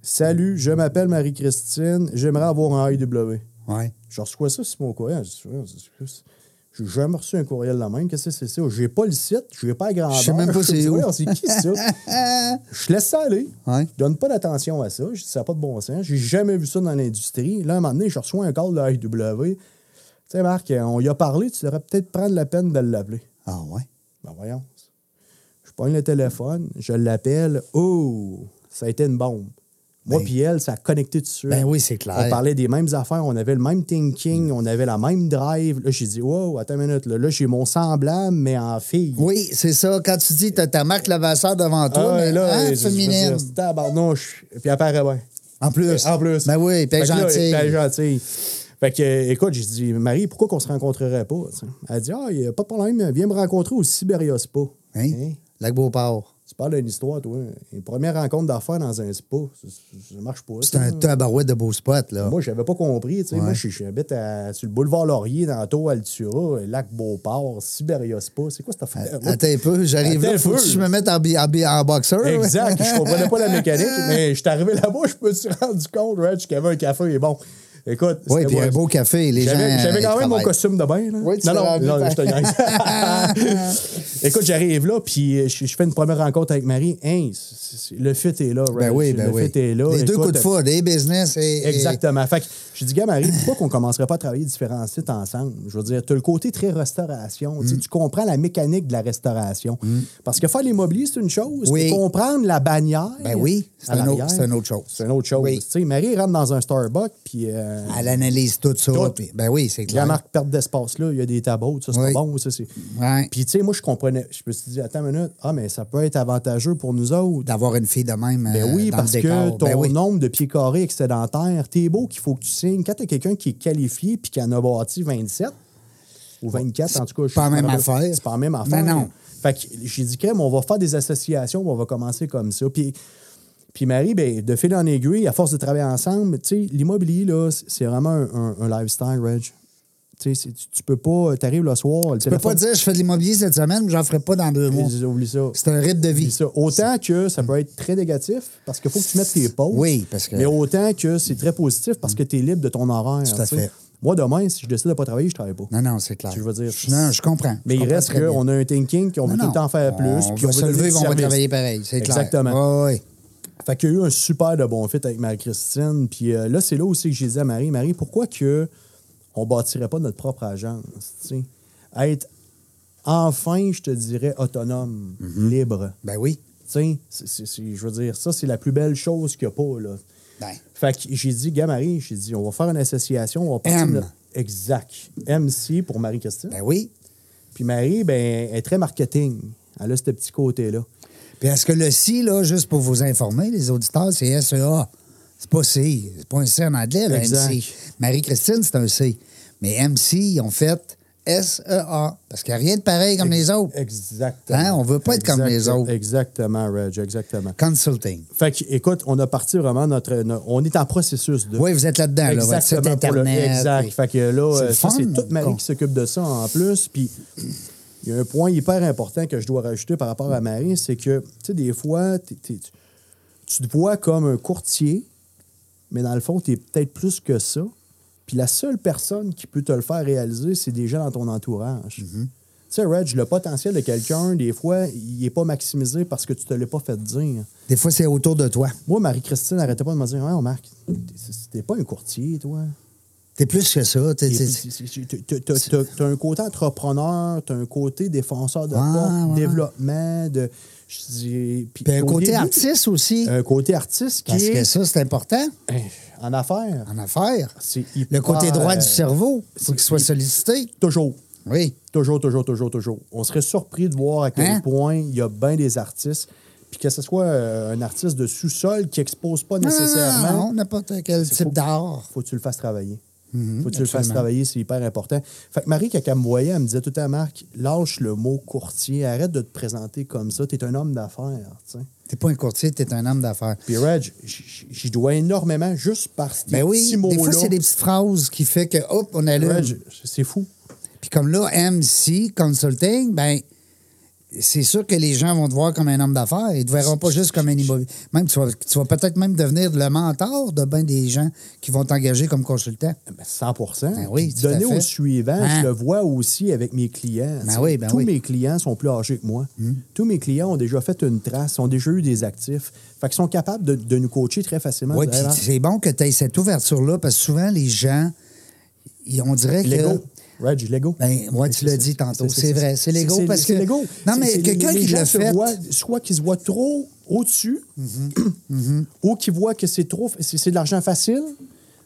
Salut, je m'appelle Marie-Christine, j'aimerais avoir un AEW. Ouais. Je reçois ça sur mon courriel. Je dis, Ouais, c'est- c'est- J'ai jamais reçu un courriel de la même. Qu'est-ce que c'est ça? J'ai pas le site, je n'ai pas la grandeur. Je sais [laughs] même pas c'est dis, où. Voyons, C'est qui ça? [laughs] je laisse ça aller. Ouais. Je donne pas d'attention à ça. Je dis, ça n'a pas de bon sens. J'ai jamais vu ça dans l'industrie. Là, à un moment donné, je reçois un call de la IW. Tu sais, Marc, on y a parlé, tu devrais peut-être prendre la peine de l'appeler. Ah, ouais. Ben voyons. Je prends le téléphone, je l'appelle. Oh, ça a été une bombe. Moi Ben- puis elle, ça a connecté tout de suite. Ben oui, c'est clair. Mm. On parlait des mêmes affaires, on avait le même thinking, on avait la même drive. Là, j'ai dit, wow, attends une minute, là, Là, j'ai mon semblable, mais en fille. Oui, c'est ça. Quand tu dis, t'as ta marque Levasseur devant toi, Ah, mais et là, hein, je- je veux féminine. dire, tabarnouche. Puis elle paraît bien. En plus. En plus. Ben oui, puis elle est Fait que là, gentille. elle est gentille. Fait que, euh, écoute, j'ai dit, Marie, pourquoi qu'on se rencontrerait pas? tu sais? Elle dit, ah, il n'y a pas de problème, viens me rencontrer au Siberiospa. Hein? Lac Beauport. Tu parles d'une histoire, toi. Une première rencontre d'affaires dans un spa, ça, ça- ça marche pas. C'est ça. un tabarouette de beau spot, là. Hmm. Moi, j'avais pas compris. tu sais. Moi, je- j'habite à- sur le boulevard Laurier, dans Tau Altura, Lac Beauport, Sibéria Spa. C'est quoi cette affaire? Ah, Attends un peu, j'arrive Attends là, un faut que peu. je me mette en, bi- en, bi- en boxeur. Exact. Je [laughs] comprenais pas la mécanique, mais je suis arrivé là-bas, je me suis [laughs] rendu compte, Reg, qu'il y avait un café. Et bon, écoute. Oui, c'était puis moi. un beau café, les J'avais gens. j'avais ils quand même mon travaillent. costume de bain. Là. Oui, tu non, l'as non, rendu non, par- je te gagne. [laughs] Écoute, j'arrive là, puis euh, je, je fais une première rencontre avec Marie. Hein, c'est- c'est- le fit est là, Reg. Ben oui, ben le oui. fit est là. les deux Écoute, coups de foudre, les business et. et- Exactement. Fait que je dis, gars, Marie, pourquoi qu'on commencerait pas à travailler différents sites ensemble? Je veux dire, tu as le côté très restauration. Mm. Tu sais, Tu comprends la mécanique de la restauration. Parce que faire l'immobilier, c'est une chose. Oui. mais comprendre la bannière. Ben oui, c'est à un autre- l'arrière, c'est une autre chose. C'est une autre chose. Oui. Tu sais, Marie rentre dans un Starbucks, puis. euh, Elle analyse tout ça. Tout. puis- ben oui, c'est la clair. marque perte d'espace là, il y a des tableaux, ça c'est Oui. pas bon, ça c'est. Ouais. Puis tu sais, moi je comprenais, je me suis dit attends une minute, ah mais ça peut être avantageux pour nous autres. D'avoir une fille de même. euh, Ben oui, parce que ton ben oui. nombre de pieds carrés excédentaire, t'es beau qu'il faut que tu signes. Quand t'as quelqu'un qui est qualifié puis qui en a bâti 27 ou 24, en tout cas, je pas la me même rappelle- affaire. C'est pas la même Non, affaire. non. Fait que j'ai dit, crème, on va faire des associations, on va commencer comme ça. Puis, puis Marie, ben, de fil en aiguille, à force de travailler ensemble, tu sais, l'immobilier, là, c'est- c'est vraiment un, un- un lifestyle, Reg. Tu sais, c'est- tu- tu peux pas, t'arrives le soir, le Tu peux pas dire je fais de l'immobilier cette semaine, mais j'en ferai pas dans deux mois. Oublie ça. C'est un rythme de Puis vie. ça, autant que ça peut être très négatif parce qu'il faut que tu mettes tes pauses. Oui, parce que- Mm. Mais autant que c'est très positif parce que tu es libre de ton horaire. Tout à tu sais. fait. Moi, demain, si je décide de pas travailler, je travaille pas. Non, non, c'est clair. Je veux dire, Je- Non, je comprends. Je Mais il comprends reste très bien. qu'on a un thinking, qu'on veut Non, tout le temps faire non, plus. On puis va on se veut donner lever, du on va service. travailler pareil. C'est clair. Exactement. Ouais, ouais. Fait qu'il y a eu un super de bon fit avec Marie-Christine. Puis euh, là, c'est là aussi que j'ai dit à Marie, Marie, pourquoi que on bâtirait pas notre propre agence? tu sais? Être enfin, je te dirais, autonome, libre. Ben oui. Tu sais, c'est- c'est- c'est- je veux dire, ça, c'est la plus belle chose qu'il n'y a pas, là. Ben. Fait que j'ai dit, gars, Marie, j'ai dit, on va faire une association, on va M. de- Exact. MC pour Marie-Christine. Ben oui. Puis Marie, ben, elle est très marketing. Elle a ce petit côté-là. Puis est-ce que le si, là, juste pour vous informer, les auditeurs, c'est SEA. C'est pas C. C'est pas un C en anglais, là, Exact. MC. Marie-Christine, c'est un C. Mais MC, ils ont fait SEA. Parce qu'il n'y a rien de pareil comme les autres. Exactement. Hein, on veut pas être comme les autres. Exactement, Reg, exactement. Consulting. Fait que, écoute, on a parti vraiment notre. no- on est en processus de. Oui, vous êtes là-dedans, là, votre site Exactement. pour le- Internet. exact. et- Fait que là, C'est le euh, ça, fun, c'est toute Marie con. qui s'occupe de ça en plus. Puis il y a un point hyper important que je dois rajouter par rapport à Marie, c'est que, tu sais, des fois, t'es- t'es- tu- tu te vois comme un courtier, mais dans le fond, tu es peut-être plus que ça. Puis la seule personne qui peut te le faire réaliser, c'est des gens dans ton entourage. Mm-hmm. Tu sais, Reg, le potentiel de quelqu'un, des fois, il n'est pas maximisé parce que tu te l'as pas fait dire. Des fois, c'est autour de toi. Moi, Marie-Christine n'arrêtait pas de me dire Ouais, Marc, t'es- t'es pas un courtier, toi. T'es plus que ça. T'es- t'es- Tu as un côté entrepreneur, tu as un côté défenseur de Ouais, porte, ouais. développement, de. Je dis, puis Puis un au côté début, Euh, artiste aussi. Un côté artiste qui parce que est ça, c'est important Hey, en affaires. en affaires. C'est Le hyper- côté droit euh, du cerveau, il faut c'est- qu'il soit sollicité. Toujours. Oui. Toujours, toujours, toujours, toujours. On serait surpris de voir à quel Hein? point il y a bien des artistes. Puis que ce soit euh, un artiste de sous-sol qui expose pas Non, non, nécessairement. non, n'importe quel type faut- d'art. Mhm, faut que tu le fasses travailler. faut que tu le fasses absolument. travailler, c'est hyper important. Fait que Marie, quand elle me voyait, elle me disait tout à Marc, lâche le mot courtier, arrête de te présenter comme ça, t'es un homme d'affaires. tu sais. T'es pas un courtier, t'es un homme d'affaires. Puis Reg, j- j- j'y dois énormément juste par ces Ben oui, petits mots-là. des fois, c'est des petites phrases qui fait que, hop, on allume. Reg, c'est fou. Puis comme là, MC, consulting, ben c'est sûr que les gens vont te voir comme un homme d'affaires. Ils ne te verront pas juste comme un immobilier. Même, tu vas, tu vas peut-être même devenir le mentor de bien des gens qui vont t'engager comme consultant. Ben, 100 Ben oui, Puis tout à Donner fait. au suivant, Hein? je le vois aussi avec mes clients. Ben Tu sais, oui, ben Tous oui. Mhm. mes clients sont plus âgés que moi. Tous mes clients ont déjà fait une trace, ont déjà eu des actifs. Fait qu'ils sont capables de, de nous coacher très facilement. Oui, Dire, puis Hey, Marc, c'est bon que tu aies cette ouverture-là parce que souvent, les gens, ils- on dirait que. Lego. Reg, Lego. Ben, ouais, tu l'as dit tantôt. C'est vrai, c'est Lego parce que- Lego. Non, mais quelqu'un qui l'a fait- Mm-hmm. soit qui se voit trop au-dessus ou qui voit que c'est trop. C'est c'est de l'argent facile. Tu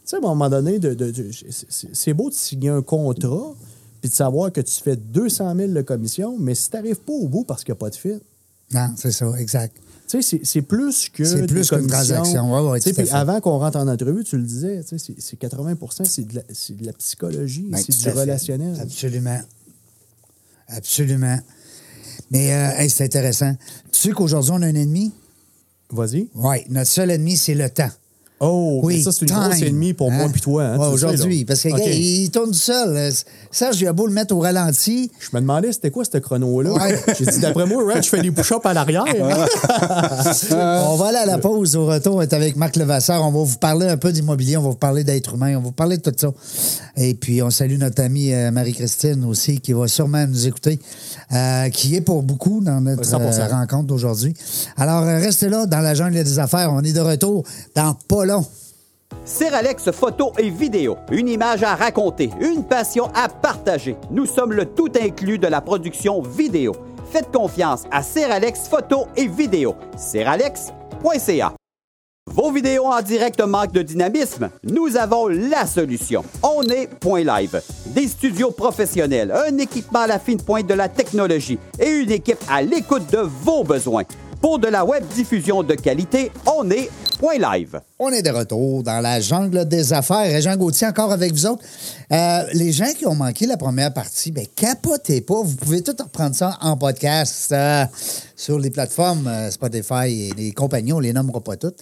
sais, à un moment donné, de, de- de- c'est- c'est c'est beau de signer un contrat puis de savoir que tu fais 200 000 de commission, mais si tu n'arrives pas au bout parce qu'il n'y a pas de fit, Non, c'est ça, exact. tu sais, c'est- c'est plus que. C'est des plus qu'une commissions. transaction. Ouais, ouais, Tu sais, tout à puis fait. avant qu'on rentre en entrevue, tu le disais, tu sais, c'est- c'est 80 c'est de, la- c'est de la psychologie, Ben, c'est tout du à fait. relationnel. Absolument. Absolument. Mais euh, hey, c'est intéressant. Tu sais qu'aujourd'hui, on a un ennemi? Vas-y. Oui, notre seul ennemi, c'est le temps. Oh, Oui, mais ça, c'est une time, grosse ennemie pour moi hein? puis toi. hein, Ouais, tu le sais, là. aujourd'hui, parce que OK. gars, il, il tourne tout seul. Euh, Serge, il a beau le mettre au ralenti. Je me demandais c'était quoi ce chrono-là. Ouais. [laughs] J'ai dit, d'après moi, Red, je fais des push-ups à l'arrière. Euh, On va aller à la pause au retour. On est avec Marc Levasseur. On va vous parler un peu d'immobilier. On va vous parler d'être humain. On va vous parler de tout ça. Et puis, on salue notre amie euh, Marie-Christine aussi, qui va sûrement nous écouter, euh, qui est pour beaucoup dans notre 100%. euh, rencontre d'aujourd'hui. Alors, euh, restez là dans la jungle des affaires. On est de retour dans pas long. Alex photo et vidéo, une image à raconter, une passion à partager. Nous sommes le tout inclus de la production vidéo. Faites confiance à Alex photo et vidéo. Seralex.ca vos vidéos en direct manquent de dynamisme? Nous avons la solution. On est Point Live. Des studios professionnels, un équipement à la fine pointe de la technologie et une équipe à l'écoute de vos besoins. Pour de la web diffusion de qualité, on est Point Live. On est de retour dans la jungle des affaires. Et Jean Gauthier, encore avec vous autres. Euh, les gens qui ont manqué la première partie, ben, capotez pas. Vous pouvez tout reprendre ça en podcast euh, sur les plateformes euh, Spotify et les compagnons. On les nommera pas toutes.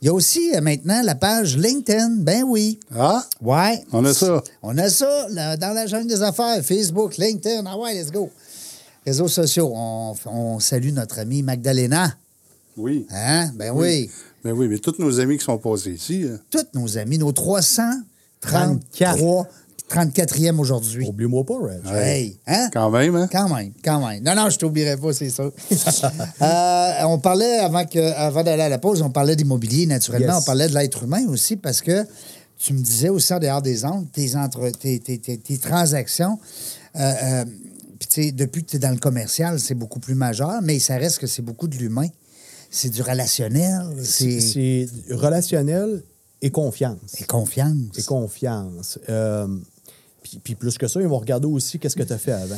Il y a aussi euh, maintenant la page LinkedIn. Ben oui. Ah, Ouais. on a ça. On a ça là, dans la jungle des affaires. Facebook, LinkedIn. Ah ouais, let's go. Réseaux sociaux. On, on salue notre amie Magdalena. Oui. Hein? Ben oui. Mais oui, mais tous nos amis qui sont passés ici, hein, tous nos amis, nos 333, 34e aujourd'hui. [laughs] Oublie-moi pas, Red. Hey, hein? quand même, hein? Quand même, quand même. Non, non, je t'oublierai pas, c'est sûr. [laughs] Euh, on parlait, avant, que- avant d'aller à la pause, on parlait d'immobilier, naturellement. Yes. On parlait de l'être humain aussi, parce que tu me disais aussi en dehors des ondes, tes, entre, tes, tes- tes- tes transactions. euh, euh, puis tu sais, depuis que tu es dans le commercial, c'est beaucoup plus majeur, mais ça reste que c'est beaucoup de l'humain. C'est du relationnel, c'est C'est relationnel et confiance. et confiance. Et confiance. Euh, puis, puis plus que ça, ils vont regarder aussi qu'est-ce que tu as fait avant.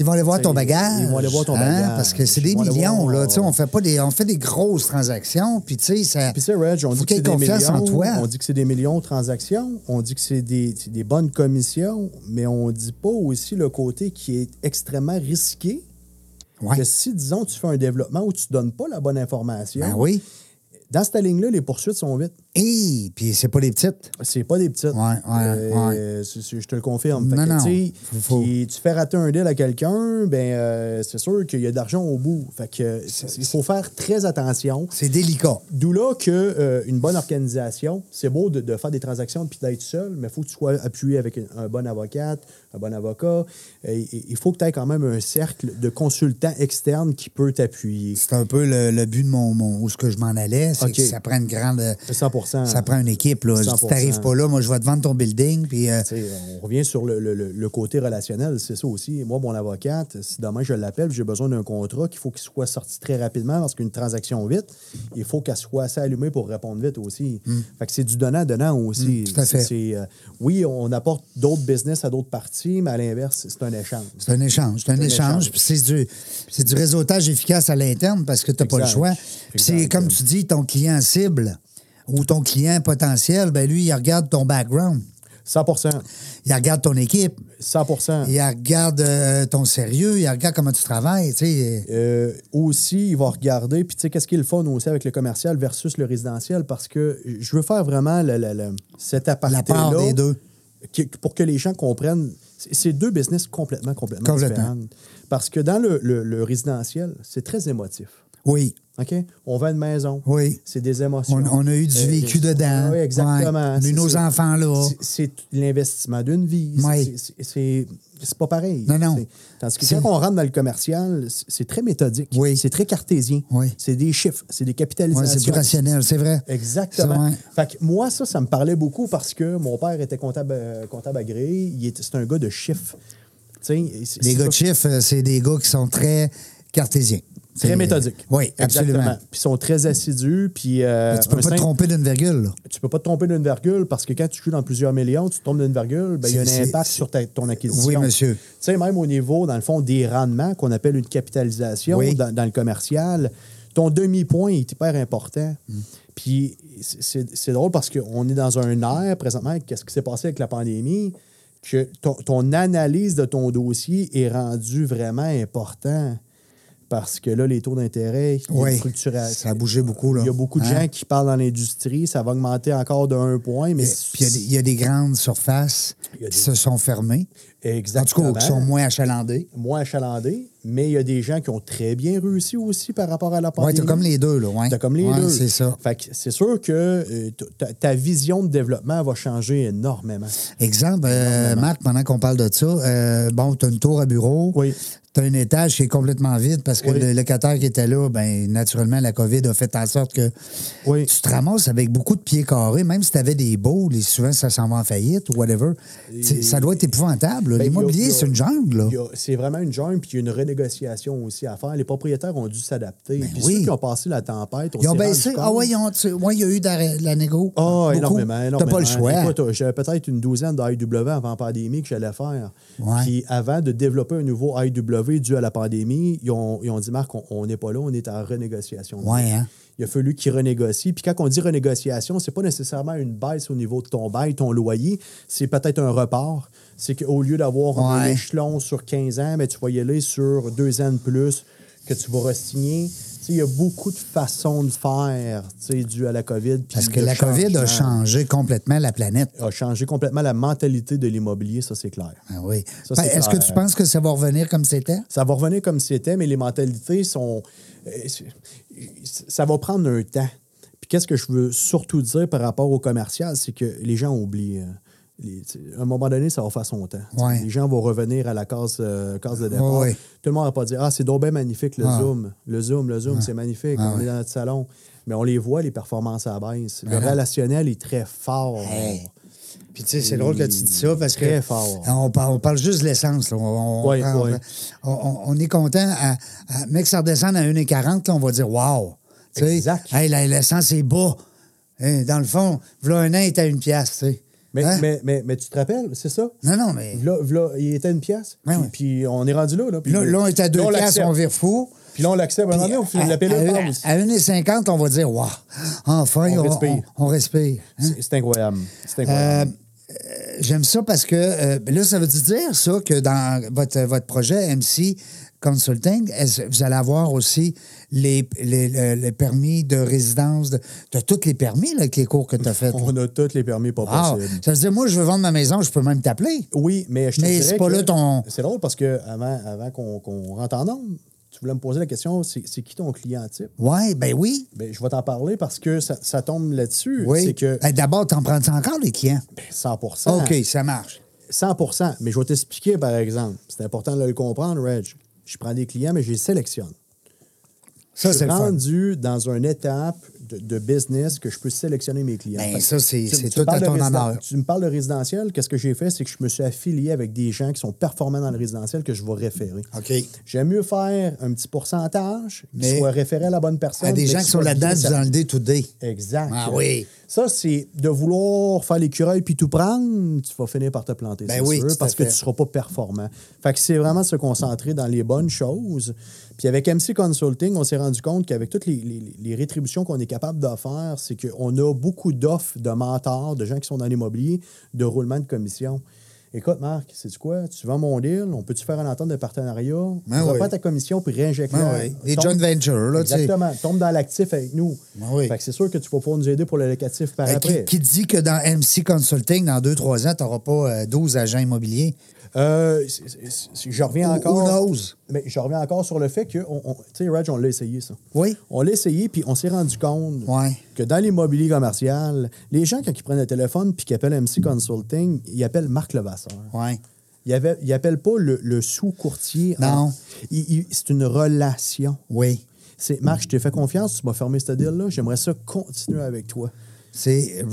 Ils vont aller voir ton Ils- bagage. hein, ils vont aller voir ton bagage. Parce que c'est Ils des vont aller millions, voir, là. Tu sais, euh, on fait pas des. On fait des grosses transactions. Puis tu sais, ça. Puis ça, Reg, on faut dit que qu'il y c'est ait des confiance millions. en toi. On dit que c'est des millions de transactions. On dit que c'est des, c'est des bonnes commissions. Mais on dit pas aussi le côté qui est extrêmement risqué. Ouais. Que si, disons, tu fais un développement où tu donnes pas la bonne information, Ben oui. dans cette ligne-là, les poursuites sont vite. Et puis c'est pas des petites. C'est pas des petites. Euh, Ouais, ouais, c'est- c'est- Je te le confirme. Non, Fait que, non, tu sais, faut- faut- qui- tu fais rater un deal à quelqu'un, ben euh, c'est sûr qu'il y a de l'argent au bout. Fait que euh, c'est- il faut faire très attention. C'est délicat. D'où là que euh, une bonne organisation, c'est beau de, de faire des transactions puis d'être seul, mais il faut que tu sois appuyé avec une- un, bon avocate, un bon avocat. Et- et- Il faut que tu aies quand même un cercle de consultants externes qui peut t'appuyer. C'est un peu le, le but de mon, mon- où ce que je m'en allais, c'est OK. que ça prend une grande. 100%. Ça prend une équipe là. Si 100%. t'arrives pas là, moi je vais te vendre ton building. Puis euh, Tu sais, on revient sur le, le- le- le côté relationnel, c'est ça aussi. Moi, mon avocate, si demain je l'appelle, j'ai besoin d'un contrat qu'il faut qu'il soit sorti très rapidement parce qu'une transaction vite, il faut qu'elle soit assez allumée pour répondre vite aussi. Fait que c'est du donnant-donnant Mm, aussi. tout à fait. C'est, euh, oui, on apporte d'autres business à d'autres parties, mais à l'inverse, c'est un échange. c'est un échange, c'est un, échange. échange. Puis c'est du, c'est du réseautage efficace à l'interne parce que t'as pas le Exact. choix. Puis c'est Exact. comme tu dis, ton client cible ou ton client potentiel, ben lui il regarde ton background. 100 Il regarde ton équipe, 100 il regarde euh, ton sérieux, il regarde comment tu travailles, tu sais. Euh, aussi, il va regarder, puis tu sais, qu'est-ce qui est le fun aussi avec le commercial versus le résidentiel, parce que je veux faire vraiment le, le- le- cet aparté La part des deux. pour que les gens comprennent. C'est c'est deux business complètement, complètement, Complètement. différents. Parce que dans le, le- le résidentiel, c'est très émotif. Oui. OK? On vend une maison. Oui. C'est des émotions. On, on a eu du Euh, vécu des- dedans. Oui, exactement. Ouais. On a eu C'est- nos c'est- enfants là. c'est- C'est l'investissement d'une vie. Oui. C'est- c'est- C'est c'est pas pareil. Non, non. C'est- Tandis que C'est- quand on rentre dans le commercial, c'est- c'est très méthodique. Oui. C'est très cartésien. Oui. C'est des chiffres, c'est des Ouais, c'est plus capitalisations. rationnel, c'est vrai. Exactement. C'est vrai. Fait que moi, ça, ça me parlait beaucoup parce que mon père était comptable, euh, comptable agréé. Il était- C'est un gars de chiffres. Tu sais, c'est- Les c'est gars de pas- chiffres, euh, c'est des gars qui sont très cartésiens. C'est- Très méthodiques. Oui, absolument. Exactement. Puis ils sont très assidus. Puis, euh, Tu peux un pas te simple- tromper d'une virgule. là. tu peux pas te tromper d'une virgule parce que quand tu joues dans plusieurs millions, tu tombes d'une virgule, ben, il y a C'est- un impact c'est- sur ta- ton acquisition. Oui, monsieur. Tu sais, même au niveau, dans le fond, des rendements qu'on appelle une capitalisation Oui. dans, dans le commercial, ton demi-point est hyper important. Mm. Puis c'est- c'est c'est drôle parce qu'on est dans un air présentement, avec qu'est-ce qui s'est passé avec la pandémie, que ton, ton analyse de ton dossier est rendue vraiment important. parce que là, les taux d'intérêt, il y a Oui, une structuration. ça a bougé beaucoup, là. Il y a beaucoup de Hein? gens qui parlent dans l'industrie, ça va augmenter encore de 1 point, mais... Puis il y a des- il y, a des grandes surfaces Il y a qui des- se sont fermées. En tout Exactement. cas, qui sont moins achalandées. moins achalandé, mais il y a des gens qui ont très bien réussi aussi par rapport à la Oui, pandémie. t'as comme les deux, là. Ouais. T'as comme les Ouais, deux. c'est ça. Fait que c'est sûr que euh, t- ta, ta vision de développement va changer énormément. Exemple, euh, Marc, pendant qu'on parle de ça, euh, bon, t'as une tour à bureau. Oui. T'as un étage qui est complètement vide parce que Oui. le locataire qui était là, ben naturellement, la COVID a fait en sorte que Oui. tu te ramasses avec beaucoup de pieds carrés, même si t'avais des beaux, les souvent ça s'en va en faillite ou whatever. C'est- Ça doit être épouvantable. là. Ben, il y L'immobilier, a- c'est une jungle. là. il y a- C'est vraiment une jungle, puis il y a une renégociation aussi à faire. Les propriétaires ont dû s'adapter. puis Ben oui. ceux qui ont passé la tempête, on Ils ont s'est rendu baissé. Ah compte- ouais, ils ont, tu- ouais, il y a eu de la, de la négo. Ah, Beaucoup. énormément, T'as énormément. pas le choix. Écoute, J'avais peut-être une douzaine d'IW avant la pandémie que j'allais faire. Ouais. Puis avant de développer un nouveau IW dû à la pandémie, ils ont, ils ont dit, Marc, on- on n'est pas là, on est en renégociation. Ouais, hein. Il a fallu qu'ils renégocient. Puis quand on dit renégociation, c'est pas nécessairement une baisse au niveau de ton bail, ton loyer. C'est peut-être un report. C'est qu'au lieu d'avoir un Ouais. échelon sur 15 ans, mais tu vas y aller sur deux ans de plus que tu vas re-signer. Tu sais, Il y a beaucoup de façons de faire tu sais, dû à la COVID. puis Parce que de la COVID a changement. changé complètement la planète. A changé complètement la mentalité de l'immobilier, ça c'est clair. Ah oui. Ça, Ben, c'est Est-ce que clair. tu penses que ça va revenir comme c'était? Ça va revenir comme c'était, mais les mentalités sont. euh, c'est- Ça va prendre un temps. Puis qu'est-ce que je veux surtout dire par rapport au commercial, c'est que les gens oublient. euh, les- tu sais, à un moment donné, ça va faire son temps. Ouais. Les gens vont revenir à la case, euh, case de départ. Ouais, ouais. Tout le monde va pas dire Ah, c'est donc bien magnifique le Ah. Zoom. Le Zoom, le Zoom, c'est magnifique. on est dans notre salon. Mais on les voit, les performances à la baisse. Le relationnel est très fort. Puis tu sais, c'est drôle que tu dis ça parce que. Mmh, Très fort. On parle, on parle juste de l'essence. là. On, on- Ouais, on- ouais. on- on- on est content. À, à- mais que ça redescende à 1,40, là, on va dire wow. Tu sais, Exact. Hey, la- l'essence est bas. Hein, dans le fond, v'là un an, il était à une pièce. tu sais. Mais, Hein? mais, mais, mais tu te rappelles, c'est ça? Non, non, mais. V'là- v'là, il était une pièce. Ouais, puis, ouais. puis on est rendu là. Là, puis Là, là, on est à deux pièces, l'accepte. on vire fou. Puis là, on l'accepte. Puis, euh, Maintenant, on à, finit de l'appeler le à- pub aussi. à 1,50, on va dire wow. Enfin, On on, respire. on- on respire. Hein? C'est- C'est incroyable. C'est Euh, incroyable. euh, J'aime ça parce que euh, ben là, ça veut dire ça que dans votre, votre projet MC Consulting, est-ce- vous allez avoir aussi les, les, le- le permis de résidence, de, t'as tous les permis là, avec les cours que tu as fait. on a tous les permis pas Ah, possibles. ça veut dire, moi, je veux vendre ma maison, je peux même t'appeler. Oui, mais je te Mais dirais c'est pas que- là ton- C'est drôle parce que avant, avant qu'on qu'on rentre en nombre, tu voulais me poser la question, c'est c'est qui ton client type? Ouais, ben oui. Ben, je vais t'en parler parce que ça, ça tombe là-dessus. Oui. C'est que Ah. Ben, D'abord, t'en prends encore les clients? 100 OK, ça marche. 100 Mais je vais t'expliquer, par exemple. C'est important de le comprendre, Reg. Je prends des clients, mais je les sélectionne. Ça, je suis c'est le fun. rendu dans une étape de, de business que je peux sélectionner mes clients. Ben, Fait que ça, c'est- tu- c'est tu tout parles à de ton résiden- honneur. Tu me parles de résidentiel. Qu'est-ce que j'ai fait? C'est que je me suis affilié avec des gens qui sont performants dans le résidentiel que je vais référer. OK. J'aime mieux faire un petit pourcentage, Mais- mais soit référé à la bonne personne. À Ah, des mais gens qui qui sont soit là-dedans, lié à- disant le day to day. Exact. Ah oui. Ça, c'est de vouloir faire l'écureuil puis tout prendre, tu vas finir par te planter, Ben c'est oui, sûr, tout à parce que fait. tu ne seras pas performant. Fait que c'est vraiment se concentrer dans les bonnes choses. Puis avec MC Consulting, on s'est rendu compte qu'avec toutes les, les- les rétributions qu'on est capable de faire, c'est qu'on a beaucoup d'offres de mentors, de gens qui sont dans l'immobilier, de roulement de commission. Écoute, Marc, c'est quoi? Tu vends mon deal, on peut-tu faire une entente de partenariat? on Ben oui. pas ta commission puis réinjecter. Ben oui. Des joint ventures, là, tu sais. Exactement. Tombe dans l'actif avec nous. Ben oui. Fait que c'est sûr que tu vas pouvoir nous aider pour le locatif par Euh, après. qui, qui dit que dans MC Consulting, dans 2-3 ans, tu n'auras pas euh, 12 agents immobiliers. Euh, c'est- c'est- c'est- je reviens Who- encore. who knows? Mais je reviens encore sur le fait que, on, on- tu sais, Raj, on l'a essayé, ça. Oui. On l'a essayé, puis on s'est rendu compte Ouais. que dans l'immobilier commercial, les gens, quand ils prennent le téléphone puis qu'ils appellent MC Consulting, ils appellent Marc Levasseur. Ouais. Ils avait- ils appellent pas le, le sous-courtier. en- Non. Il- il- c'est une relation. Oui. C'est Marc, je t'ai fait confiance, tu m'as fermé ce deal-là, j'aimerais ça continuer avec toi. C'est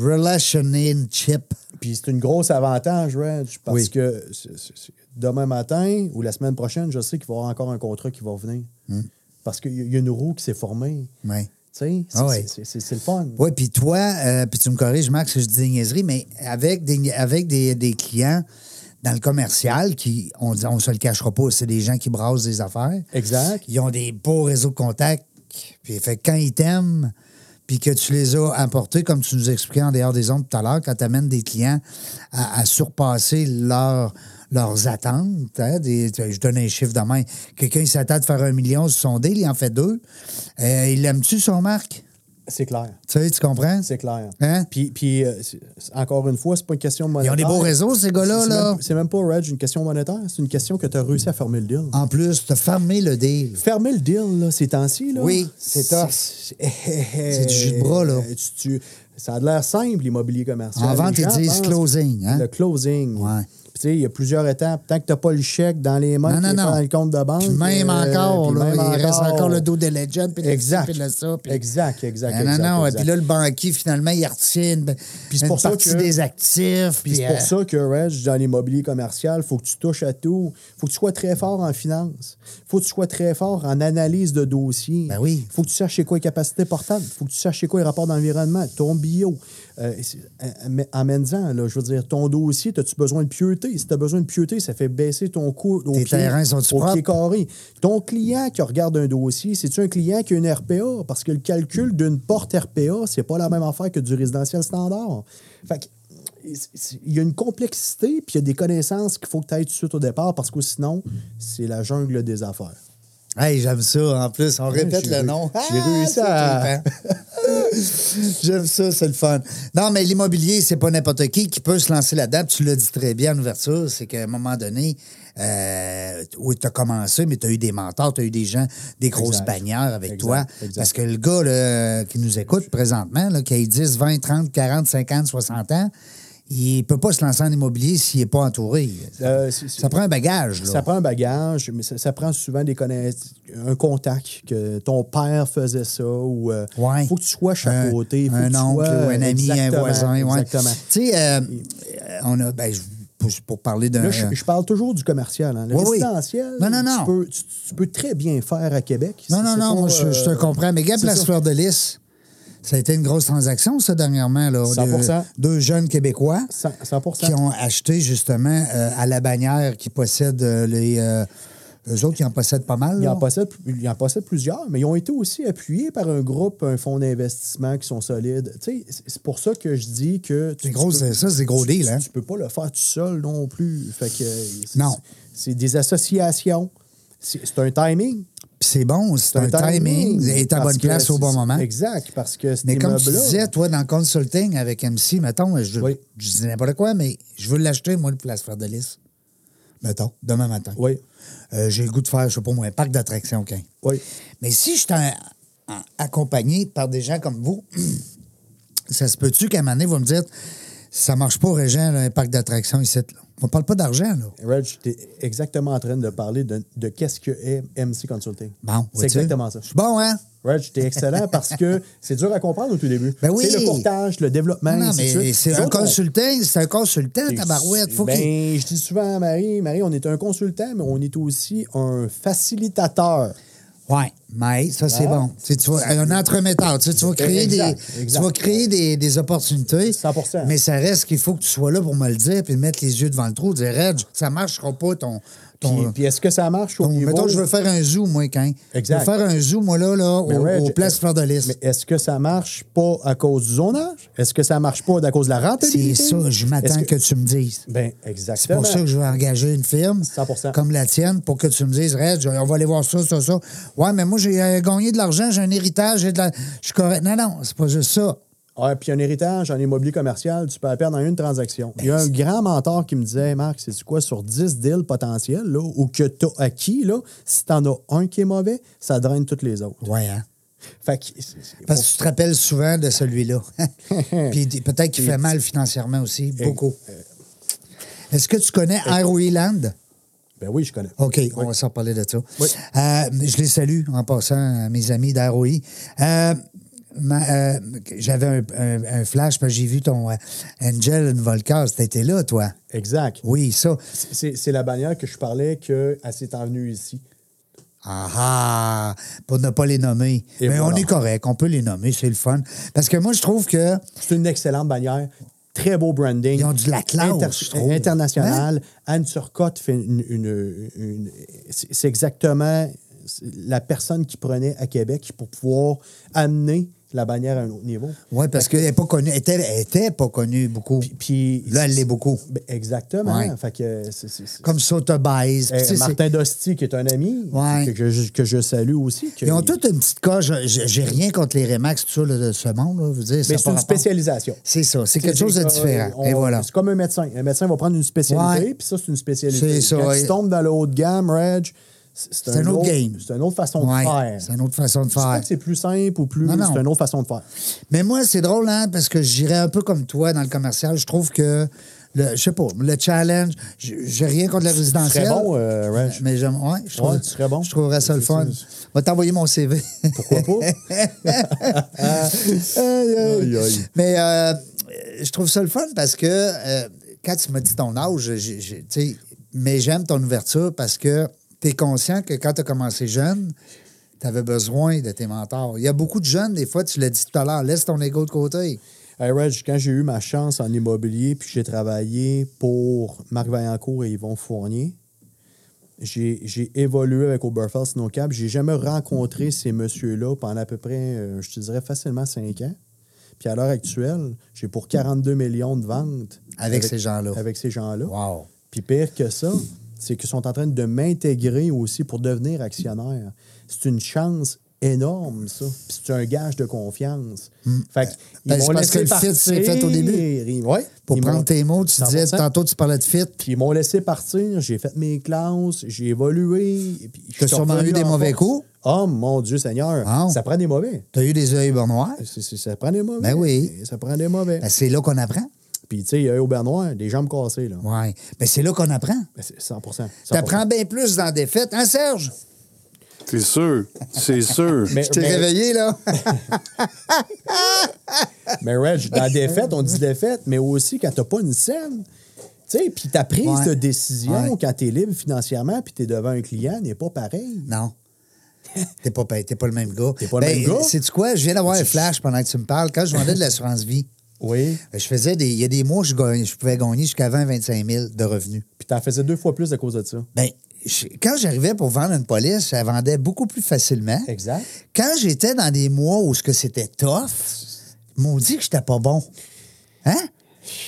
relationship. Puis c'est une grosse avantage, Reg, parce Oui. que c'est- c'est- c'est- demain matin ou la semaine prochaine, je sais qu'il va y avoir encore un contrat qui va venir. Hmm. Parce qu'il y a- il y a une roue qui s'est formée. Ouais. Tu sais, c'est Ah ouais. c'est- c'est- c'est le fun. Oui, puis toi, euh, puis tu me corriges, Max, si je dis des niaiseries, mais avec des, avec des, des clients dans le commercial qui, on ne on se le cachera pas, c'est des gens qui brassent des affaires. Exact. Ils ont des beaux réseaux de contacts. Puis fait que quand ils t'aiment, puis que tu les as apportés, comme tu nous expliquais en dehors des ondes tout à l'heure, quand tu amènes des clients à, à surpasser leur- leurs attentes. hein, des- je donne un chiffre demain. Quelqu'un il s'attend à faire un million sur son deal, il en fait deux. Euh, il aime-tu son marque? C'est clair. Tu sais, tu comprends? C'est clair. Hein? Puis, puis, euh, c'est- c'est- encore une fois, c'est pas une question Ils monétaire. ont des beaux réseaux, ces gars-là. C'est Là. même- C'est même pas, Reg, une question monétaire. C'est une question que tu as réussi à fermer le deal. En plus, tu as fermé le deal. Fermer le deal, là, ces temps-ci, là. Oui, c'est tough. C'est du jus de bras, là. Tu- tu- Ça a l'air simple, l'immobilier commercial. En vente, Les ils gens disent pensent closing, hein? Le closing. Ouais. Puis, Tu sais, il y a plusieurs étapes. Tant que tu n'as pas le chèque dans les mains, Non, non, qui est non. pas dans le compte de banque. Puis même euh, encore, puis là, même il reste encore le dos des legends, puis le Exact. ci, puis le ça. Puis... Exact, exact, Non, non, exact, non. exact. Puis là, le banquier, finalement, il retient une, Puis c'est une pour ça partie que- des actifs. Puis Puis, c'est pour euh, ça que, Reg, dans l'immobilier commercial, faut que tu touches à tout. faut que tu sois très fort en finance. faut que tu sois très fort en analyse de dossier. Ben oui. faut que tu saches c'est quoi les capacités portables. faut que tu saches c'est quoi les rapports d'environnement, ton bio. Euh, c'est- am- Amène-en, là, je veux dire, ton dossier, as-tu besoin de pieuté? Si tu as besoin de pieuté, ça fait baisser ton coût au Tes pied, terrains sont-tu au propres? pied carré. Ton client qui regarde un dossier, c'est-tu un client qui a une RPA? Parce que le calcul d'une porte RPA, c'est pas la même affaire que du résidentiel standard. Fait que, c'est- c'est- il y a une complexité, puis il y a des connaissances qu'il faut que tu ailles tout de suite au départ, parce que sinon, c'est la jungle des affaires. Hey, j'aime ça. En plus, on répète j'ai le ré- nom. Ah, j'ai réussi c'est à- trippant. [laughs] j'aime ça, c'est le fun. Non, mais l'immobilier, c'est pas n'importe qui qui peut se lancer là-dedans. Tu l'as dit très bien en ouverture, c'est qu'à un moment donné, euh, oui, tu as commencé, mais tu as eu des mentors, tu as eu des gens, des grosses Exact. bannières avec Exact, toi. exact. Parce que le gars là, qui nous écoute présentement, là, qui a 10, 20, 30, 40, 50, 60 ans, il peut pas se lancer en immobilier s'il n'est pas entouré. Euh, c'est- c'est- ça prend un bagage. Là. Ça prend un bagage, mais ça, ça prend souvent des connaissances, un contact, que ton père faisait ça, ou euh, Ouais. faut que tu sois chapeauté. faut Un, que tu un oncle, sois- ou un ami, un Exactement, voisin. ouais. Exactement. Tu sais, euh, on a. Ben, je- pour, pour parler d'un. Là, je, je parle toujours du commercial. hein. Le Euh, Oui, oui. résidentiel, Non, non, non. Tu, peux, tu- tu peux très bien faire à Québec. non, C'est- non, c'est non, pas, moi, je, je te euh, comprends. Mais Gap c'est Place ça. Fleur de Lys, ça a été une grosse transaction, ça, dernièrement. Là, 100%. Deux, deux jeunes Québécois. 100, 100%. qui ont acheté justement euh, à la bannière qui possède euh, les. euh, eux autres, ils en possèdent pas mal. Ils là. en, possèdent, ils en possèdent plusieurs, mais ils ont été aussi appuyés par un groupe, un fonds d'investissement qui sont solides. Tu sais, c'est- c'est pour ça que je dis que... Tu, C'est tu gros, peux- c'est- ça, c'est des gros tu- deals, tu- hein. Tu peux pas le faire tout seul non plus. Fait que, euh, c'est- Non. C'est des associations. C'est c'est un timing. Puis c'est bon, c'est un, timing. Et est à parce bonne que place au c'est- bon moment. Exact, parce que c'est Mais comme tu disais, toi, dans le consulting avec MC, mettons, je, Oui. je dis n'importe quoi, mais je veux l'acheter, moi, le Place Fleur de Lys. Mettons, demain matin. Oui, Euh, J'ai le goût de faire, je sais pas moi, un parc d'attractions, OK. oui. Mais si je suis en- en- accompagné par des gens comme vous, [clears throat] ça se peut-tu qu'à un moment donné, vous me dites, ça marche pas, Régent, là, un parc d'attractions ici. là. On parle pas d'argent, là. Reg, tu es exactement en train de parler de, de qu'est-ce que est MC Consulting. Bon, c'est vois-tu? exactement ça. Je suis bon, hein? Reg, t'es excellent parce que c'est dur à comprendre au tout début. Ben oui. C'est le courtage, le développement. non, ainsi de mais suite. c'est Ben, Nous un autres, on- consultant, c'est un consultant, tabarouette. Faut qu'il- ben, je dis souvent à Marie, Marie, on est un consultant, mais on est aussi un facilitateur. Ouais, mais ça, c'est Ah. bon. Tu, sais, tu vas, un entremetteur, tu, sais, tu vas créer, Exact, des, exact. Tu vas créer des, des opportunités. 100%. Mais ça reste qu'il faut que tu sois là pour me le dire puis mettre les yeux devant le trou. Dire, Reg, ça marchera pas ton. Puis, ton euh, puis est-ce que ça marche au ton- niveau... mettons, je veux faire un zoo, moi, quand. Exact. Je veux faire un zoo, moi, là, là Mais au, Reg, euh, au Place Fleur de Lys. Mais est-ce que ça marche pas à cause du zonage? Est-ce que ça marche pas à cause de la C'est rentabilité? ça, je m'attends Est-ce que... tu me dises. Ben, C'est exactement. pour ça que je vais engager une firme 100%. comme la tienne pour que tu me dises, Reg, on va aller voir ça, ça, ça. Ouais, mais moi, j'ai euh, gagné de l'argent, j'ai un héritage, j'ai de la. Je suis correct. Non, non, c'est pas juste ça. Ouais, puis un héritage en immobilier commercial, tu peux la perdre en une transaction. Il y a un grand mentor qui me disait, Marc, c'est quoi sur 10 deals potentiels là, ou que tu as acquis, là, si tu en as un qui est mauvais, ça draine toutes les autres. Ouais, hein? Fait que, c'est- c'est- Parce que tu te rappelles souvent de celui-là. [laughs] Puis d- peut-être qu'il fait mal financièrement aussi, beaucoup. euh, Est-ce que tu connais ROE Land? ben oui, je connais. OK, on va s'en parler de ça. Oui. Euh, je les salue en passant, euh, mes amis d'ROI. Euh, ma- euh, J'avais un, un- un flash parce que j'ai vu ton euh, Angel and Volcar. C'était là, toi. Exact. Oui, ça. C'est c'est la bannière que je parlais que elle s'est envenue ici. Ah ah! Pour ne pas les nommer. Et Mais on voilà. est correct, on peut les nommer, c'est le fun. Parce que moi, je trouve que. C'est une excellente bannière. Très beau branding. Ils ont de la classe, je trouve. international. Hein? Anne Turcotte fait une. une- une- c'est c'est exactement la personne qui prenait à Québec pour pouvoir amener la bannière à un autre niveau. Oui, parce qu'elle n'est pas connue. Elle était, elle était pas connue beaucoup. Puis, puis- Là, elle l'est beaucoup. Ben, exactement. Ouais. Fait que c'est- c'est- c'est- Comme Sotobaise. Eh, Martin Dosti, qui est un ami, Ouais. que, que je, que je salue aussi. que- Ils ont toute une petite coche. J'ai j'ai rien contre les Remax, tout ça, là, de ce monde. Là, je veux dire, ça Mais a c'est pas une rapport. spécialisation. C'est ça. C'est quelque chose de euh, différent. on- Et voilà. C'est comme un médecin. Un médecin va prendre une spécialité, Ouais. puis ça, c'est une spécialité. C'est ça, Quand ouais. tu tombes dans le haut de gamme, Reg, c'est c'est C'est un autre game. C'est une autre façon Ouais, de faire. C'est une autre façon de Je dis pas faire. que c'est plus simple ou plus. Non, non. C'est une autre façon de faire. Mais moi, c'est drôle, hein, parce que j'irais un peu comme toi dans le commercial. Je trouve que, le, je sais pas, le challenge, j'ai j'ai rien contre le résidentiel. Très bon, euh, Reg. Mais j'aime, ouais, je trouve, Ouais, tu serais bon. Je trouverais ça le C'est- fun. c'est- Va t'envoyer mon [laughs] CV. Pourquoi pas? Aïe, Aïe, aïe. aïe. Mais euh, je trouve ça le fun parce que euh, quand tu me dis ton âge, j'ai- j'ai- tu sais, mais j'aime ton ouverture parce que tu es conscient que quand tu as commencé jeune, tu avais besoin de tes mentors. Il y a beaucoup de jeunes, des fois, tu l'as dit tout à l'heure, laisse ton ego de côté. Hey, Reg, quand j'ai eu ma chance en immobilier, puis j'ai travaillé pour Marc Vaillancourt et Yvon Fournier, j'ai j'ai évolué avec Oberfeld Snowcap. J'ai jamais rencontré ces messieurs-là pendant à peu près, euh, je te dirais, facilement 5 ans. Puis à l'heure actuelle, j'ai pour 42 millions de ventes. Avec ces gens-là. Avec ces gens-là. Wow. Puis pire que ça, c'est qu'ils sont en train de m'intégrer aussi pour devenir actionnaire. C'est une chance énorme, ça. Puis c'est un gage de confiance. Fait que, ils Ben, m'ont c'est parce laissé que le partir. fit s'est fait au début. Ils- ouais. Pour Ils m'ont- prendre tes mots, tu disais 100%. tantôt, tu parlais de fit. Puis ils m'ont laissé partir, j'ai fait mes classes, j'ai évolué. et puis je T'as suis sûrement revenu eu des en mauvais force. coups? Oh mon Dieu Seigneur, Ah. ça prend des mauvais. Tu as eu des yeux noirs. C'est- c'est- ça prend des mauvais. Ben oui. Ça prend des mauvais. Ben, c'est là qu'on apprend. Puis tu sais, il y a eu au Bernois, des jambes cassées. Là. Oui. Mais c'est là qu'on apprend. Ben, c'est 100%. Tu apprends bien plus dans des fêtes, hein, Serge? C'est sûr. C'est sûr. Mais- Je t'ai mais- réveillé, là. Mais Reg, dans la défaite, [laughs] on dit défaite, mais aussi quand t'as pas une scène. Tu sais, puis ta prise Ouais. de décision Ouais. quand t'es libre financièrement puis t'es devant un client n'est pas pareil. Non. T'es pas, pa- t'es pas le même gars. Ben, T'es pas le même gars? Sais-tu quoi? Je viens d'avoir un flash pendant que tu me parles. Quand je vendais de l'assurance vie, Oui. je faisais des. Il y a des mois, je, gagnais- je pouvais gagner jusqu'à 20 25 000 de revenus. Puis t'en faisais deux fois plus à cause de ça. Ben, je- quand j'arrivais pour vendre une police, elle vendait beaucoup plus facilement. Exact. Quand j'étais dans des mois où ce que c'était tough, maudit que j'étais pas bon. Hein?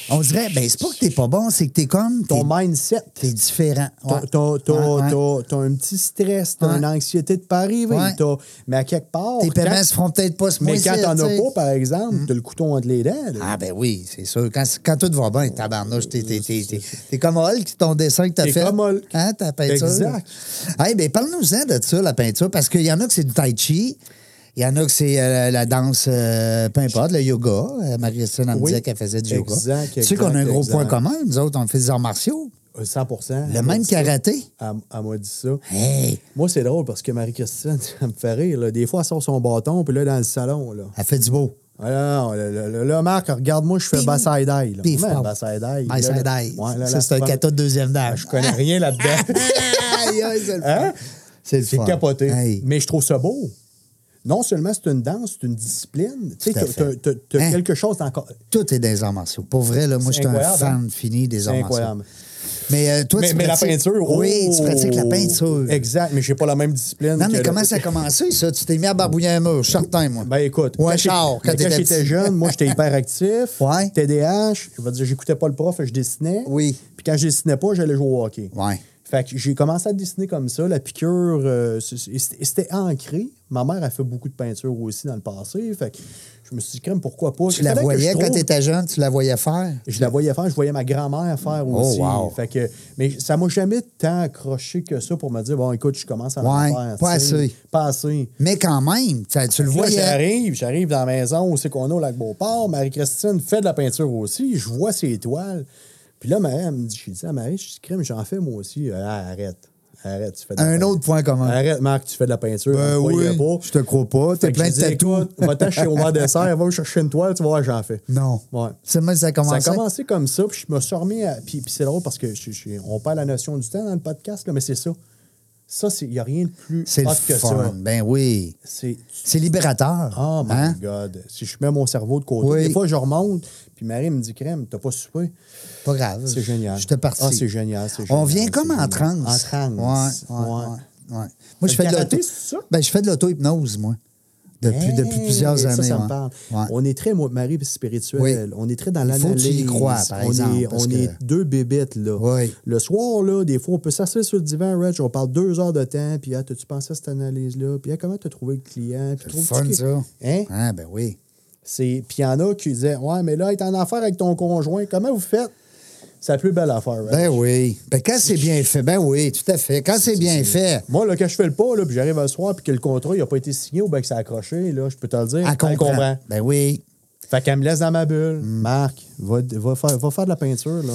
On dirait, ben, c'est pas que t'es pas bon, c'est que t'es comme. T'es, Ton mindset. t'es différent. T'as Ouais. t'as- Ouais, ouais. t'as- t'as- t'as un petit stress, t'as Ouais. une anxiété de pas arriver. Ouais. t'as- Mais à quelque part. Tes parents quand- se feront peut-être pas ce Mais mois-ci, quand t'en tu as sais. pas, par exemple, t'as le couteau entre les dents. là. Mm. Ah ben oui, c'est sûr. Quand, quand tout va bien, tabarnouche, t'es, t'es, t'es, t'es, t'es comme Hulk, ton dessin que t'as T'es fait. comme Hulk. Hein, ta peinture. Exact. Hey, ben parle-nous-en de ça, la peinture, parce qu'il y en a que c'est du tai chi, il y en a que c'est euh, la danse, euh, peu importe, le yoga. Euh, Marie-Christine, elle me Oui. disait qu'elle faisait du yoga. Exact, tu sais qu'on a un exact, gros exact. point Ah, commun, nous autres, on fait des arts martiaux. Euh, 100 Le même karaté. Elle, elle m'a dit ça. Hey, Moi, c'est drôle parce que Marie-Christine, [laughs] ça me fait rire. là. Des fois, elle sort son bâton, puis là, dans le salon, là. elle fait du beau. Là, le, le- le Marc, regarde-moi, je fais Ping. basside eye. là. Pif, Ouais, paf. basside eye. Ben, Là, c'est là, dingue. ouais, là, ça, là, c'est un tu parles- kata de deuxième d'âge. Je connais rien là-dedans. [laughs] Aïe, aïe, c'est le fun. Hein? C'est le J'ai fun. capoté. Hey. Mais je trouve ça beau. Non seulement c'est une danse, c'est une discipline. Tu sais, Tout à t'as- fait. t'as t'as Hein? quelque chose d'encore. Tout est des arts martiaux. Pour vrai, là, moi, je C'est suis un incroyable, fan hein? fini des arts C'est martiaux. incroyable. Mais euh, toi, Mais, tu mais la pratiques- peinture, Oui, tu oh! pratiques la peinture. Exact, mais j'ai pas la même discipline. Non, mais que- comment ça a commencé, ça? Tu t'es mis à barbouiller un mur, je suis certain, moi. Ben écoute, Ouais, quand Charles, j'étais- quand quand t'étais j'étais petit. jeune, moi j'étais hyper [laughs] actif. Ouais. TDH, je vais dire, j'écoutais pas le prof, je dessinais. Oui. Puis quand je dessinais pas, j'allais jouer au hockey. Ouais. Fait que j'ai commencé à dessiner comme ça. La piqûre, euh, c'est- c'est- c'était c'était ancré. Ma mère a fait beaucoup de peinture aussi dans le passé. Fait que je me suis dit, crème, pourquoi pas? Tu la Fallait que voyais je quand trouve- tu étais jeune, tu la voyais faire? je la voyais faire, je voyais ma grand-mère faire aussi. Oh, wow. Fait que, mais ça m'a jamais tant accroché que ça pour me dire, bon, écoute, je commence à en Ouais, faire. pas tu sais. assez. Pas assez. Mais quand même, tu, tu le Puis là, voyais. j'arrive, j'arrive dans la maison où c'est qu'on a au lac Beauport. Marie-Christine fait de la peinture aussi. Je vois ses toiles. Puis là, Marie, elle me dit, j'ai dit à Marie, je dis, crème, j'en fais moi aussi. Elle, Ah, arrête. Arrête, tu fais de la Un peinture. autre point commun. Arrête, Marc, tu fais de la peinture. Ben on te croyait oui, pas. je te crois pas, t'es Fait que plein je de dis, tatous. écoute, Va-t'en chez Omar Dessert, va me chercher une toile, tu vas voir, j'en fais. Non. Ouais. C'est moi ça a Ça commencé. a commencé comme ça, puis je me suis remis à. Puis, puis c'est drôle parce que je- je- on perd la notion du temps dans le podcast, là, mais c'est ça. Ça, il n'y a rien de plus C'est le hot Ah, que fun. ça. Ben oui. C'est. C'est libérateur. Oh my Hein? God. Si je mets mon cerveau de côté, Oui. des fois, je remonte, puis Marie me dit Crème, t'as pas soupé. Pas grave. C'est génial. Je te parti. Ah, c'est génial, c'est On génial, vient c'est comme en génial. transe. En transe. Ouais, ouais, Ouais. ouais, ouais. Moi, je Le fais de karaté, l'auto. c'est ça? Ben, je fais de l'auto-hypnose, moi. Depuis, depuis Hey, plusieurs ça, années. Ça, ouais. me parle. Ouais. On est très, moi, Marie, spirituel. Oui. On est très dans Il faut que l'analyse. tu y croies, par on exemple, Est, parce on que- est deux bébites, là. Oui. Le soir, là, des fois, on peut s'asseoir sur le divan, Reg, on parle deux heures de temps, puis ah, tu pensé à cette analyse-là? Puis ah, comment t'as trouvé le client? Puis C'est trouves-tu fun, que- ça. Hein? Ah, ben oui. C'est... Puis il y en a qui disaient, ouais, mais là, être en affaire avec ton conjoint, comment vous faites? C'est la plus belle affaire, Reg. Ben oui. Ben quand c'est bien fait, ben oui, tout à fait. Quand c'est bien fait, Moi, là, quand je fais le pas, là, puis j'arrive le soir, puis que le contrat, il n'a pas été signé ou bien que c'est accroché, là, je peux te le dire. elle elle comprend. Mm. Ben oui, Fait qu'elle me laisse dans ma bulle. Marc, va, va faire, va faire de la peinture, là.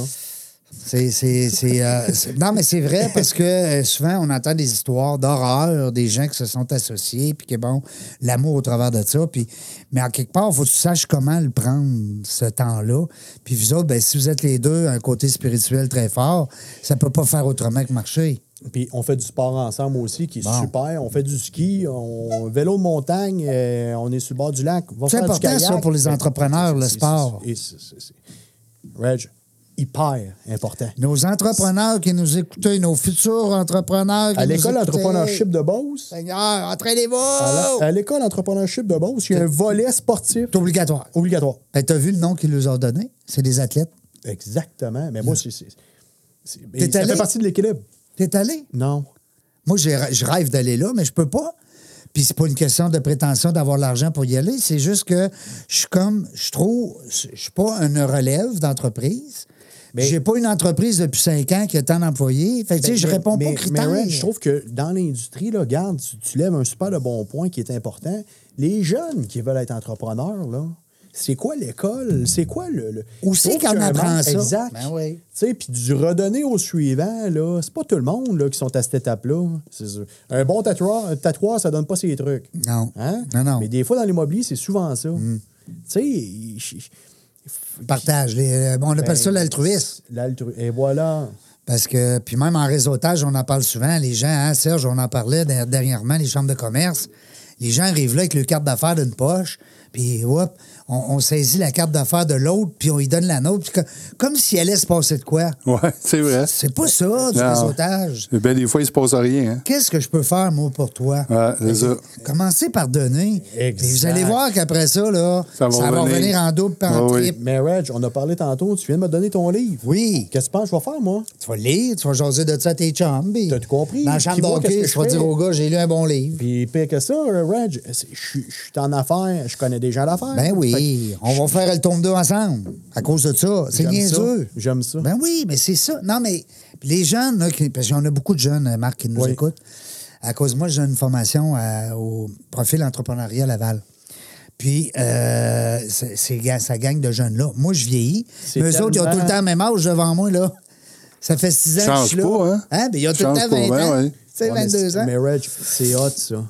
C'est, c'est, c'est, euh, c'est- non, mais c'est vrai parce que euh, souvent, on entend des histoires d'horreur, des gens qui se sont associés, puis que, bon, l'amour au travers de ça. Puis, mais en quelque part, il faut que tu saches comment le prendre, ce temps-là. Puis vous autres, ben, si vous êtes les deux, un côté spirituel très fort, ça peut pas faire autrement que marcher. Puis on fait du sport ensemble aussi, qui est Bon. super. On fait du ski, on vélo de montagne, euh, on est sur le bord du lac. Va C'est faire du important, kayak. ça, pour les entrepreneurs, le C'est- c'est- sport. c'est- c'est- c'est- c'est- Reg, hyper important. Nos entrepreneurs qui nous écoutent, nos futurs entrepreneurs qui À nous l'école écoutez, entrepreneurship de Beauce, Seigneur, entraînez-vous! Oh! Euh, à la- à l'école entrepreneurship de Beauce, il y a un volet sportif C'est obligatoire. obligatoire. Ben, t'as vu le nom qu'ils nous ont donné? C'est des athlètes. Exactement. Mais moi, c'est. c'est- c'est- mais T'es Ça allé? fait partie de l'équilibre. T'es allé? Non. Moi, j'ai- je rêve d'aller là, mais je peux pas. Puis c'est pas une question de prétention d'avoir l'argent pour y aller. C'est juste que je suis comme, je trouve, je je suis pas un relève d'entreprise. Mais- J'ai pas une entreprise depuis cinq ans qui a tant d'employés. Fait que, tu sais, je Ben, Mais- réponds pas mais- aux critères. Mais Red, je trouve que dans l'industrie, là, regarde, tu, tu lèves un super de bon point qui est important. Les jeunes qui veulent être entrepreneurs, là, c'est quoi l'école? C'est quoi le. le... Où Je c'est trouve qu'on qu'il y a un apprend manque- ça? Exact. Ben oui. Tu sais, puis du redonner au suivant, là, c'est pas tout le monde là, qui sont à cette étape-là. C'est sûr. Un bon tatoueur, un tatoueur, ça donne pas ces trucs. Non. Hein? Non, non. Mm. Mais des fois, dans l'immobilier, c'est souvent ça. Tu sais, il- il- Partage. les- euh, on appelle Ben, ça l'altruisme. l'altru- Et voilà. Parce que, puis même en réseautage, on en parle souvent. Les gens, hein, Serge, on en parlait der- dernièrement, les chambres de commerce. Les gens arrivent là avec leur carte d'affaires d'une poche, puis hop, on, on saisit la carte d'affaires de l'autre, puis on lui donne la nôtre, puis co- comme s'il allait se passer de quoi. Ouais, c'est vrai. C'est pas ça, du Non. réseautage. Ben, des fois, il se passe rien. Hein? Qu'est-ce que je peux faire, moi, pour toi? Ouais, c'est ça. Commencez par donner. Exact. Puis vous allez voir qu'après ça, là, ça Ça va, va revenir. revenir. en double par en Ah oui. triple. Mais Reg, on a parlé tantôt, tu viens de me donner ton livre. Oui. Qu'est-ce que tu penses que je vais faire, moi? Tu vas lire, tu vas jaser de ça à tes chums. puis T'as tout compris. Dans la Qui chambre voit qu'est-ce d'hockey, que tu je vas fais? dire au gars, j'ai lu un bon livre. Puis pire que ça, euh, Reg, c'est- je suis je suis en affaires, je connais des gens d'affaires. Ben oui, Fait que on va faire le tombe 2 ensemble à cause de ça. C'est J'aime niaiseux. ça, j'aime ça. Ben oui, mais c'est ça. Non, mais les jeunes, là, qui- parce qu'on a beaucoup de jeunes, euh, Marc, qui nous Oui. écoutent. À cause de moi, j'ai une formation à- au profil entrepreneurial Laval. Puis, euh, c'est c'est ga- ça gagne de jeunes-là. Moi, je vieillis. C'est Mais eux autres, ils ont tout le tellement- temps le même âge devant moi, là. Ça fait six ans que je Change suis là. pas, hein? Ben, ils ont tout le Change temps 20 pas, ben ans. ouais. Tu sais, Ouais, mais 22 c'est- ans. Mais Reg, c'est hot, ça.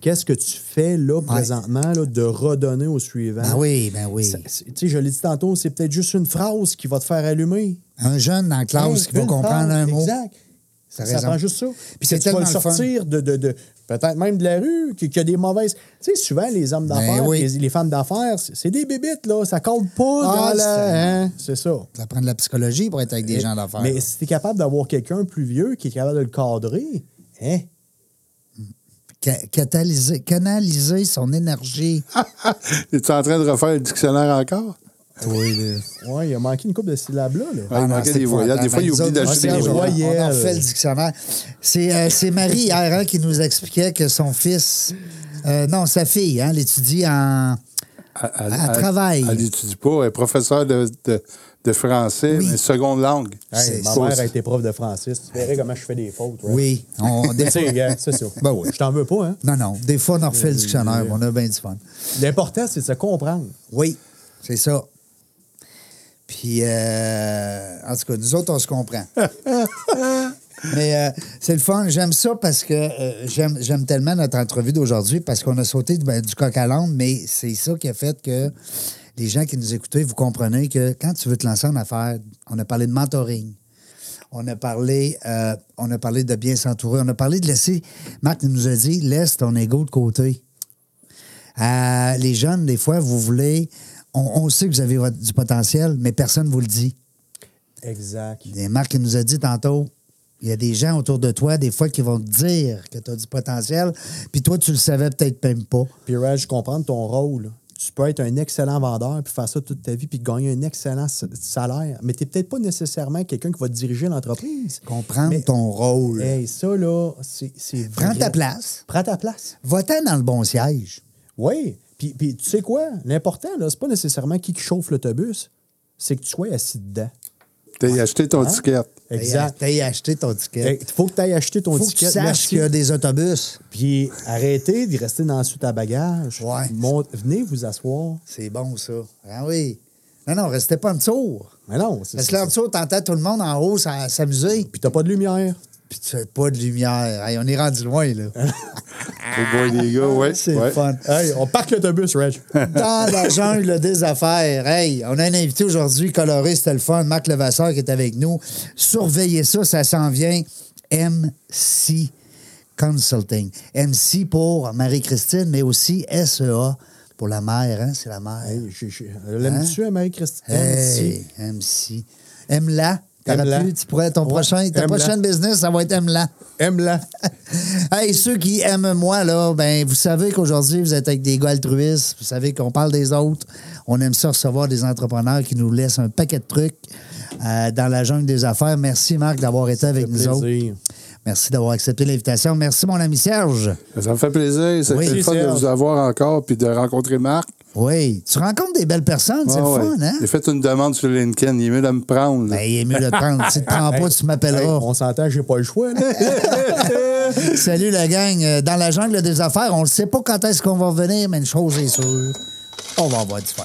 Qu'est-ce que tu fais, là, présentement, là, de redonner au suivant? Ben oui, ben oui. Ça- c'est- Tu sais, je l'ai dit tantôt, c'est peut-être juste une phrase qui va te faire allumer. Un jeune dans la classe qui va Une comprendre phrase, un mot. Exact. T'as Ça, raison. prend juste ça. Puis c'est c'est tu vas tellement le le fun. sortir de, de, de- peut-être même de la rue, qu'il y a des mauvaises. Tu sais, souvent, les hommes d'affaires, Ben oui. les, les femmes d'affaires, c'est c'est des bébites, là. Ça compte pas Ah, dans la. c'est- hein, C'est ça. Ça prend de la psychologie pour être avec des gens d'affaires. Mais si t'es capable d'avoir quelqu'un plus vieux qui est capable de le cadrer, hein? Ca- catalyser, canaliser son énergie. Es-tu en train de refaire le dictionnaire encore? Oui, Ouais, il a manqué une coupe de syllabes là. là. Ah, il manquait des voyelles. Des fois, il oublie d'ajouter des c'est voyelles. voyelles. ben, On en fait le dictionnaire. C'est euh, c'est Marie hier hein, qui nous expliquait que son fils, euh, non, sa fille, hein, l'étudie en. Elle, elle- Elle elle- travaille. Elle n'étudie pas. Elle est professeure de, de, de français, mais seconde langue. Hey, ma Faut- mère a été prof de français. Tu verrais comment je fais des fautes. ouais. Oui. On, des [laughs] Tu fois- sais, gars, c'est ça. [laughs] Ben oui. Je t'en veux pas, hein? non, non. Des fois, on en refait le dictionnaire. On a bien du fun. L'important, c'est de se comprendre. Oui, c'est ça. Puis, euh, en tout cas, nous autres, on se comprend. Mais euh, c'est le fun. J'aime ça parce que euh, j'aime j'aime tellement notre entrevue d'aujourd'hui parce qu'on a sauté du, ben, du coq à l'âne, mais c'est ça qui a fait que les gens qui nous écoutaient, vous comprenez que quand tu veux te lancer en affaires, on a parlé de mentoring. On a parlé, euh, on a parlé de bien s'entourer. On a parlé de laisser. Marc nous a dit laisse ton ego de côté. Euh, les jeunes, des fois, vous voulez. On, on sait que vous avez votre- du potentiel, mais personne ne vous le dit. Exact. Et Marc il nous a dit tantôt Il y a des gens autour de toi, des fois, qui vont te dire que tu as du potentiel, puis toi, tu le savais peut-être même pas. Puis, Raj, comprendre ton rôle. Tu peux être un excellent vendeur, puis faire ça toute ta vie, puis gagner un excellent s- salaire. Mais tu n'es peut-être pas nécessairement quelqu'un qui va diriger l'entreprise. Comprendre Mais- ton rôle. Hey, ça, là, c'est. c'est Prends vrai. ta place. Prends ta place. Va-t'en dans le bon siège. Oui. Puis, puis tu sais quoi? L'important, là, c'est pas nécessairement qui qui chauffe l'autobus, c'est que tu sois assis dedans. T'as acheté Hein? ton ticket. Exact. T'as acheté ton ticket. Il faut que tu ailles acheter ton Eh, Faut que ticket. tu saches Merci. qu'il y a des autobus. Puis arrêtez d'y rester dans sous ta bagage. Ouais. Mont- Venez vous asseoir. C'est bon, ça. Ah oui. Non, non, restez pas en dessous. Mais non, c'est Parce que là, en dessous, t'entends tout le monde en haut ça- s'amuser. Puis t'as pas de lumière. Puis tu fais pas de lumière. Hey, on est rendu loin, là. Au bois des gars, ouais. Ah, C'est ouais. fun. Hey, on parque l'autobus, [laughs] Reg. Dans la jungle des affaires. Hey, on a un invité aujourd'hui coloré, c'était le fun. Marc Levasseur qui est avec nous. Surveillez ça, ça s'en vient. MC Consulting. MC pour Marie-Christine, mais aussi SEA pour la mère. Hein? C'est la mère. Hey, j'ai- j'ai- L'aimes-tu, hein, Marie-Christine? Hey, MC. Aime-la. Aime-la. T'aurais pu, tu pourrais, ton Ouais, prochain, ta aime-la. prochaine business, ça va être aime-la. Aime-la. [laughs] Hey, ceux qui aiment moi, là, ben, vous savez qu'aujourd'hui, vous êtes avec des gars altruistes. Vous savez qu'on parle des autres. On aime ça recevoir des entrepreneurs qui nous laissent un paquet de trucs euh, dans la jungle des affaires. Merci, Marc, d'avoir été avec nous autres. Plaisir. Merci d'avoir accepté l'invitation. Merci, mon ami Serge. Ça me fait plaisir. C'était Oui. le fun de Serge. vous avoir encore puis de rencontrer Marc. Oui, tu rencontres des belles personnes. C'est Ah, le ouais. fun, hein? J'ai fait une demande sur LinkedIn. Il est mieux de me prendre. Ben, il est mieux de te prendre. Si tu te prends pas, tu Hey, m'appelleras. on s'entend, j'ai pas le choix. là. Salut la gang. Euh, Dans la jungle des affaires, on ne sait pas quand est-ce qu'on va revenir, mais une chose est sûre, on va avoir du fun.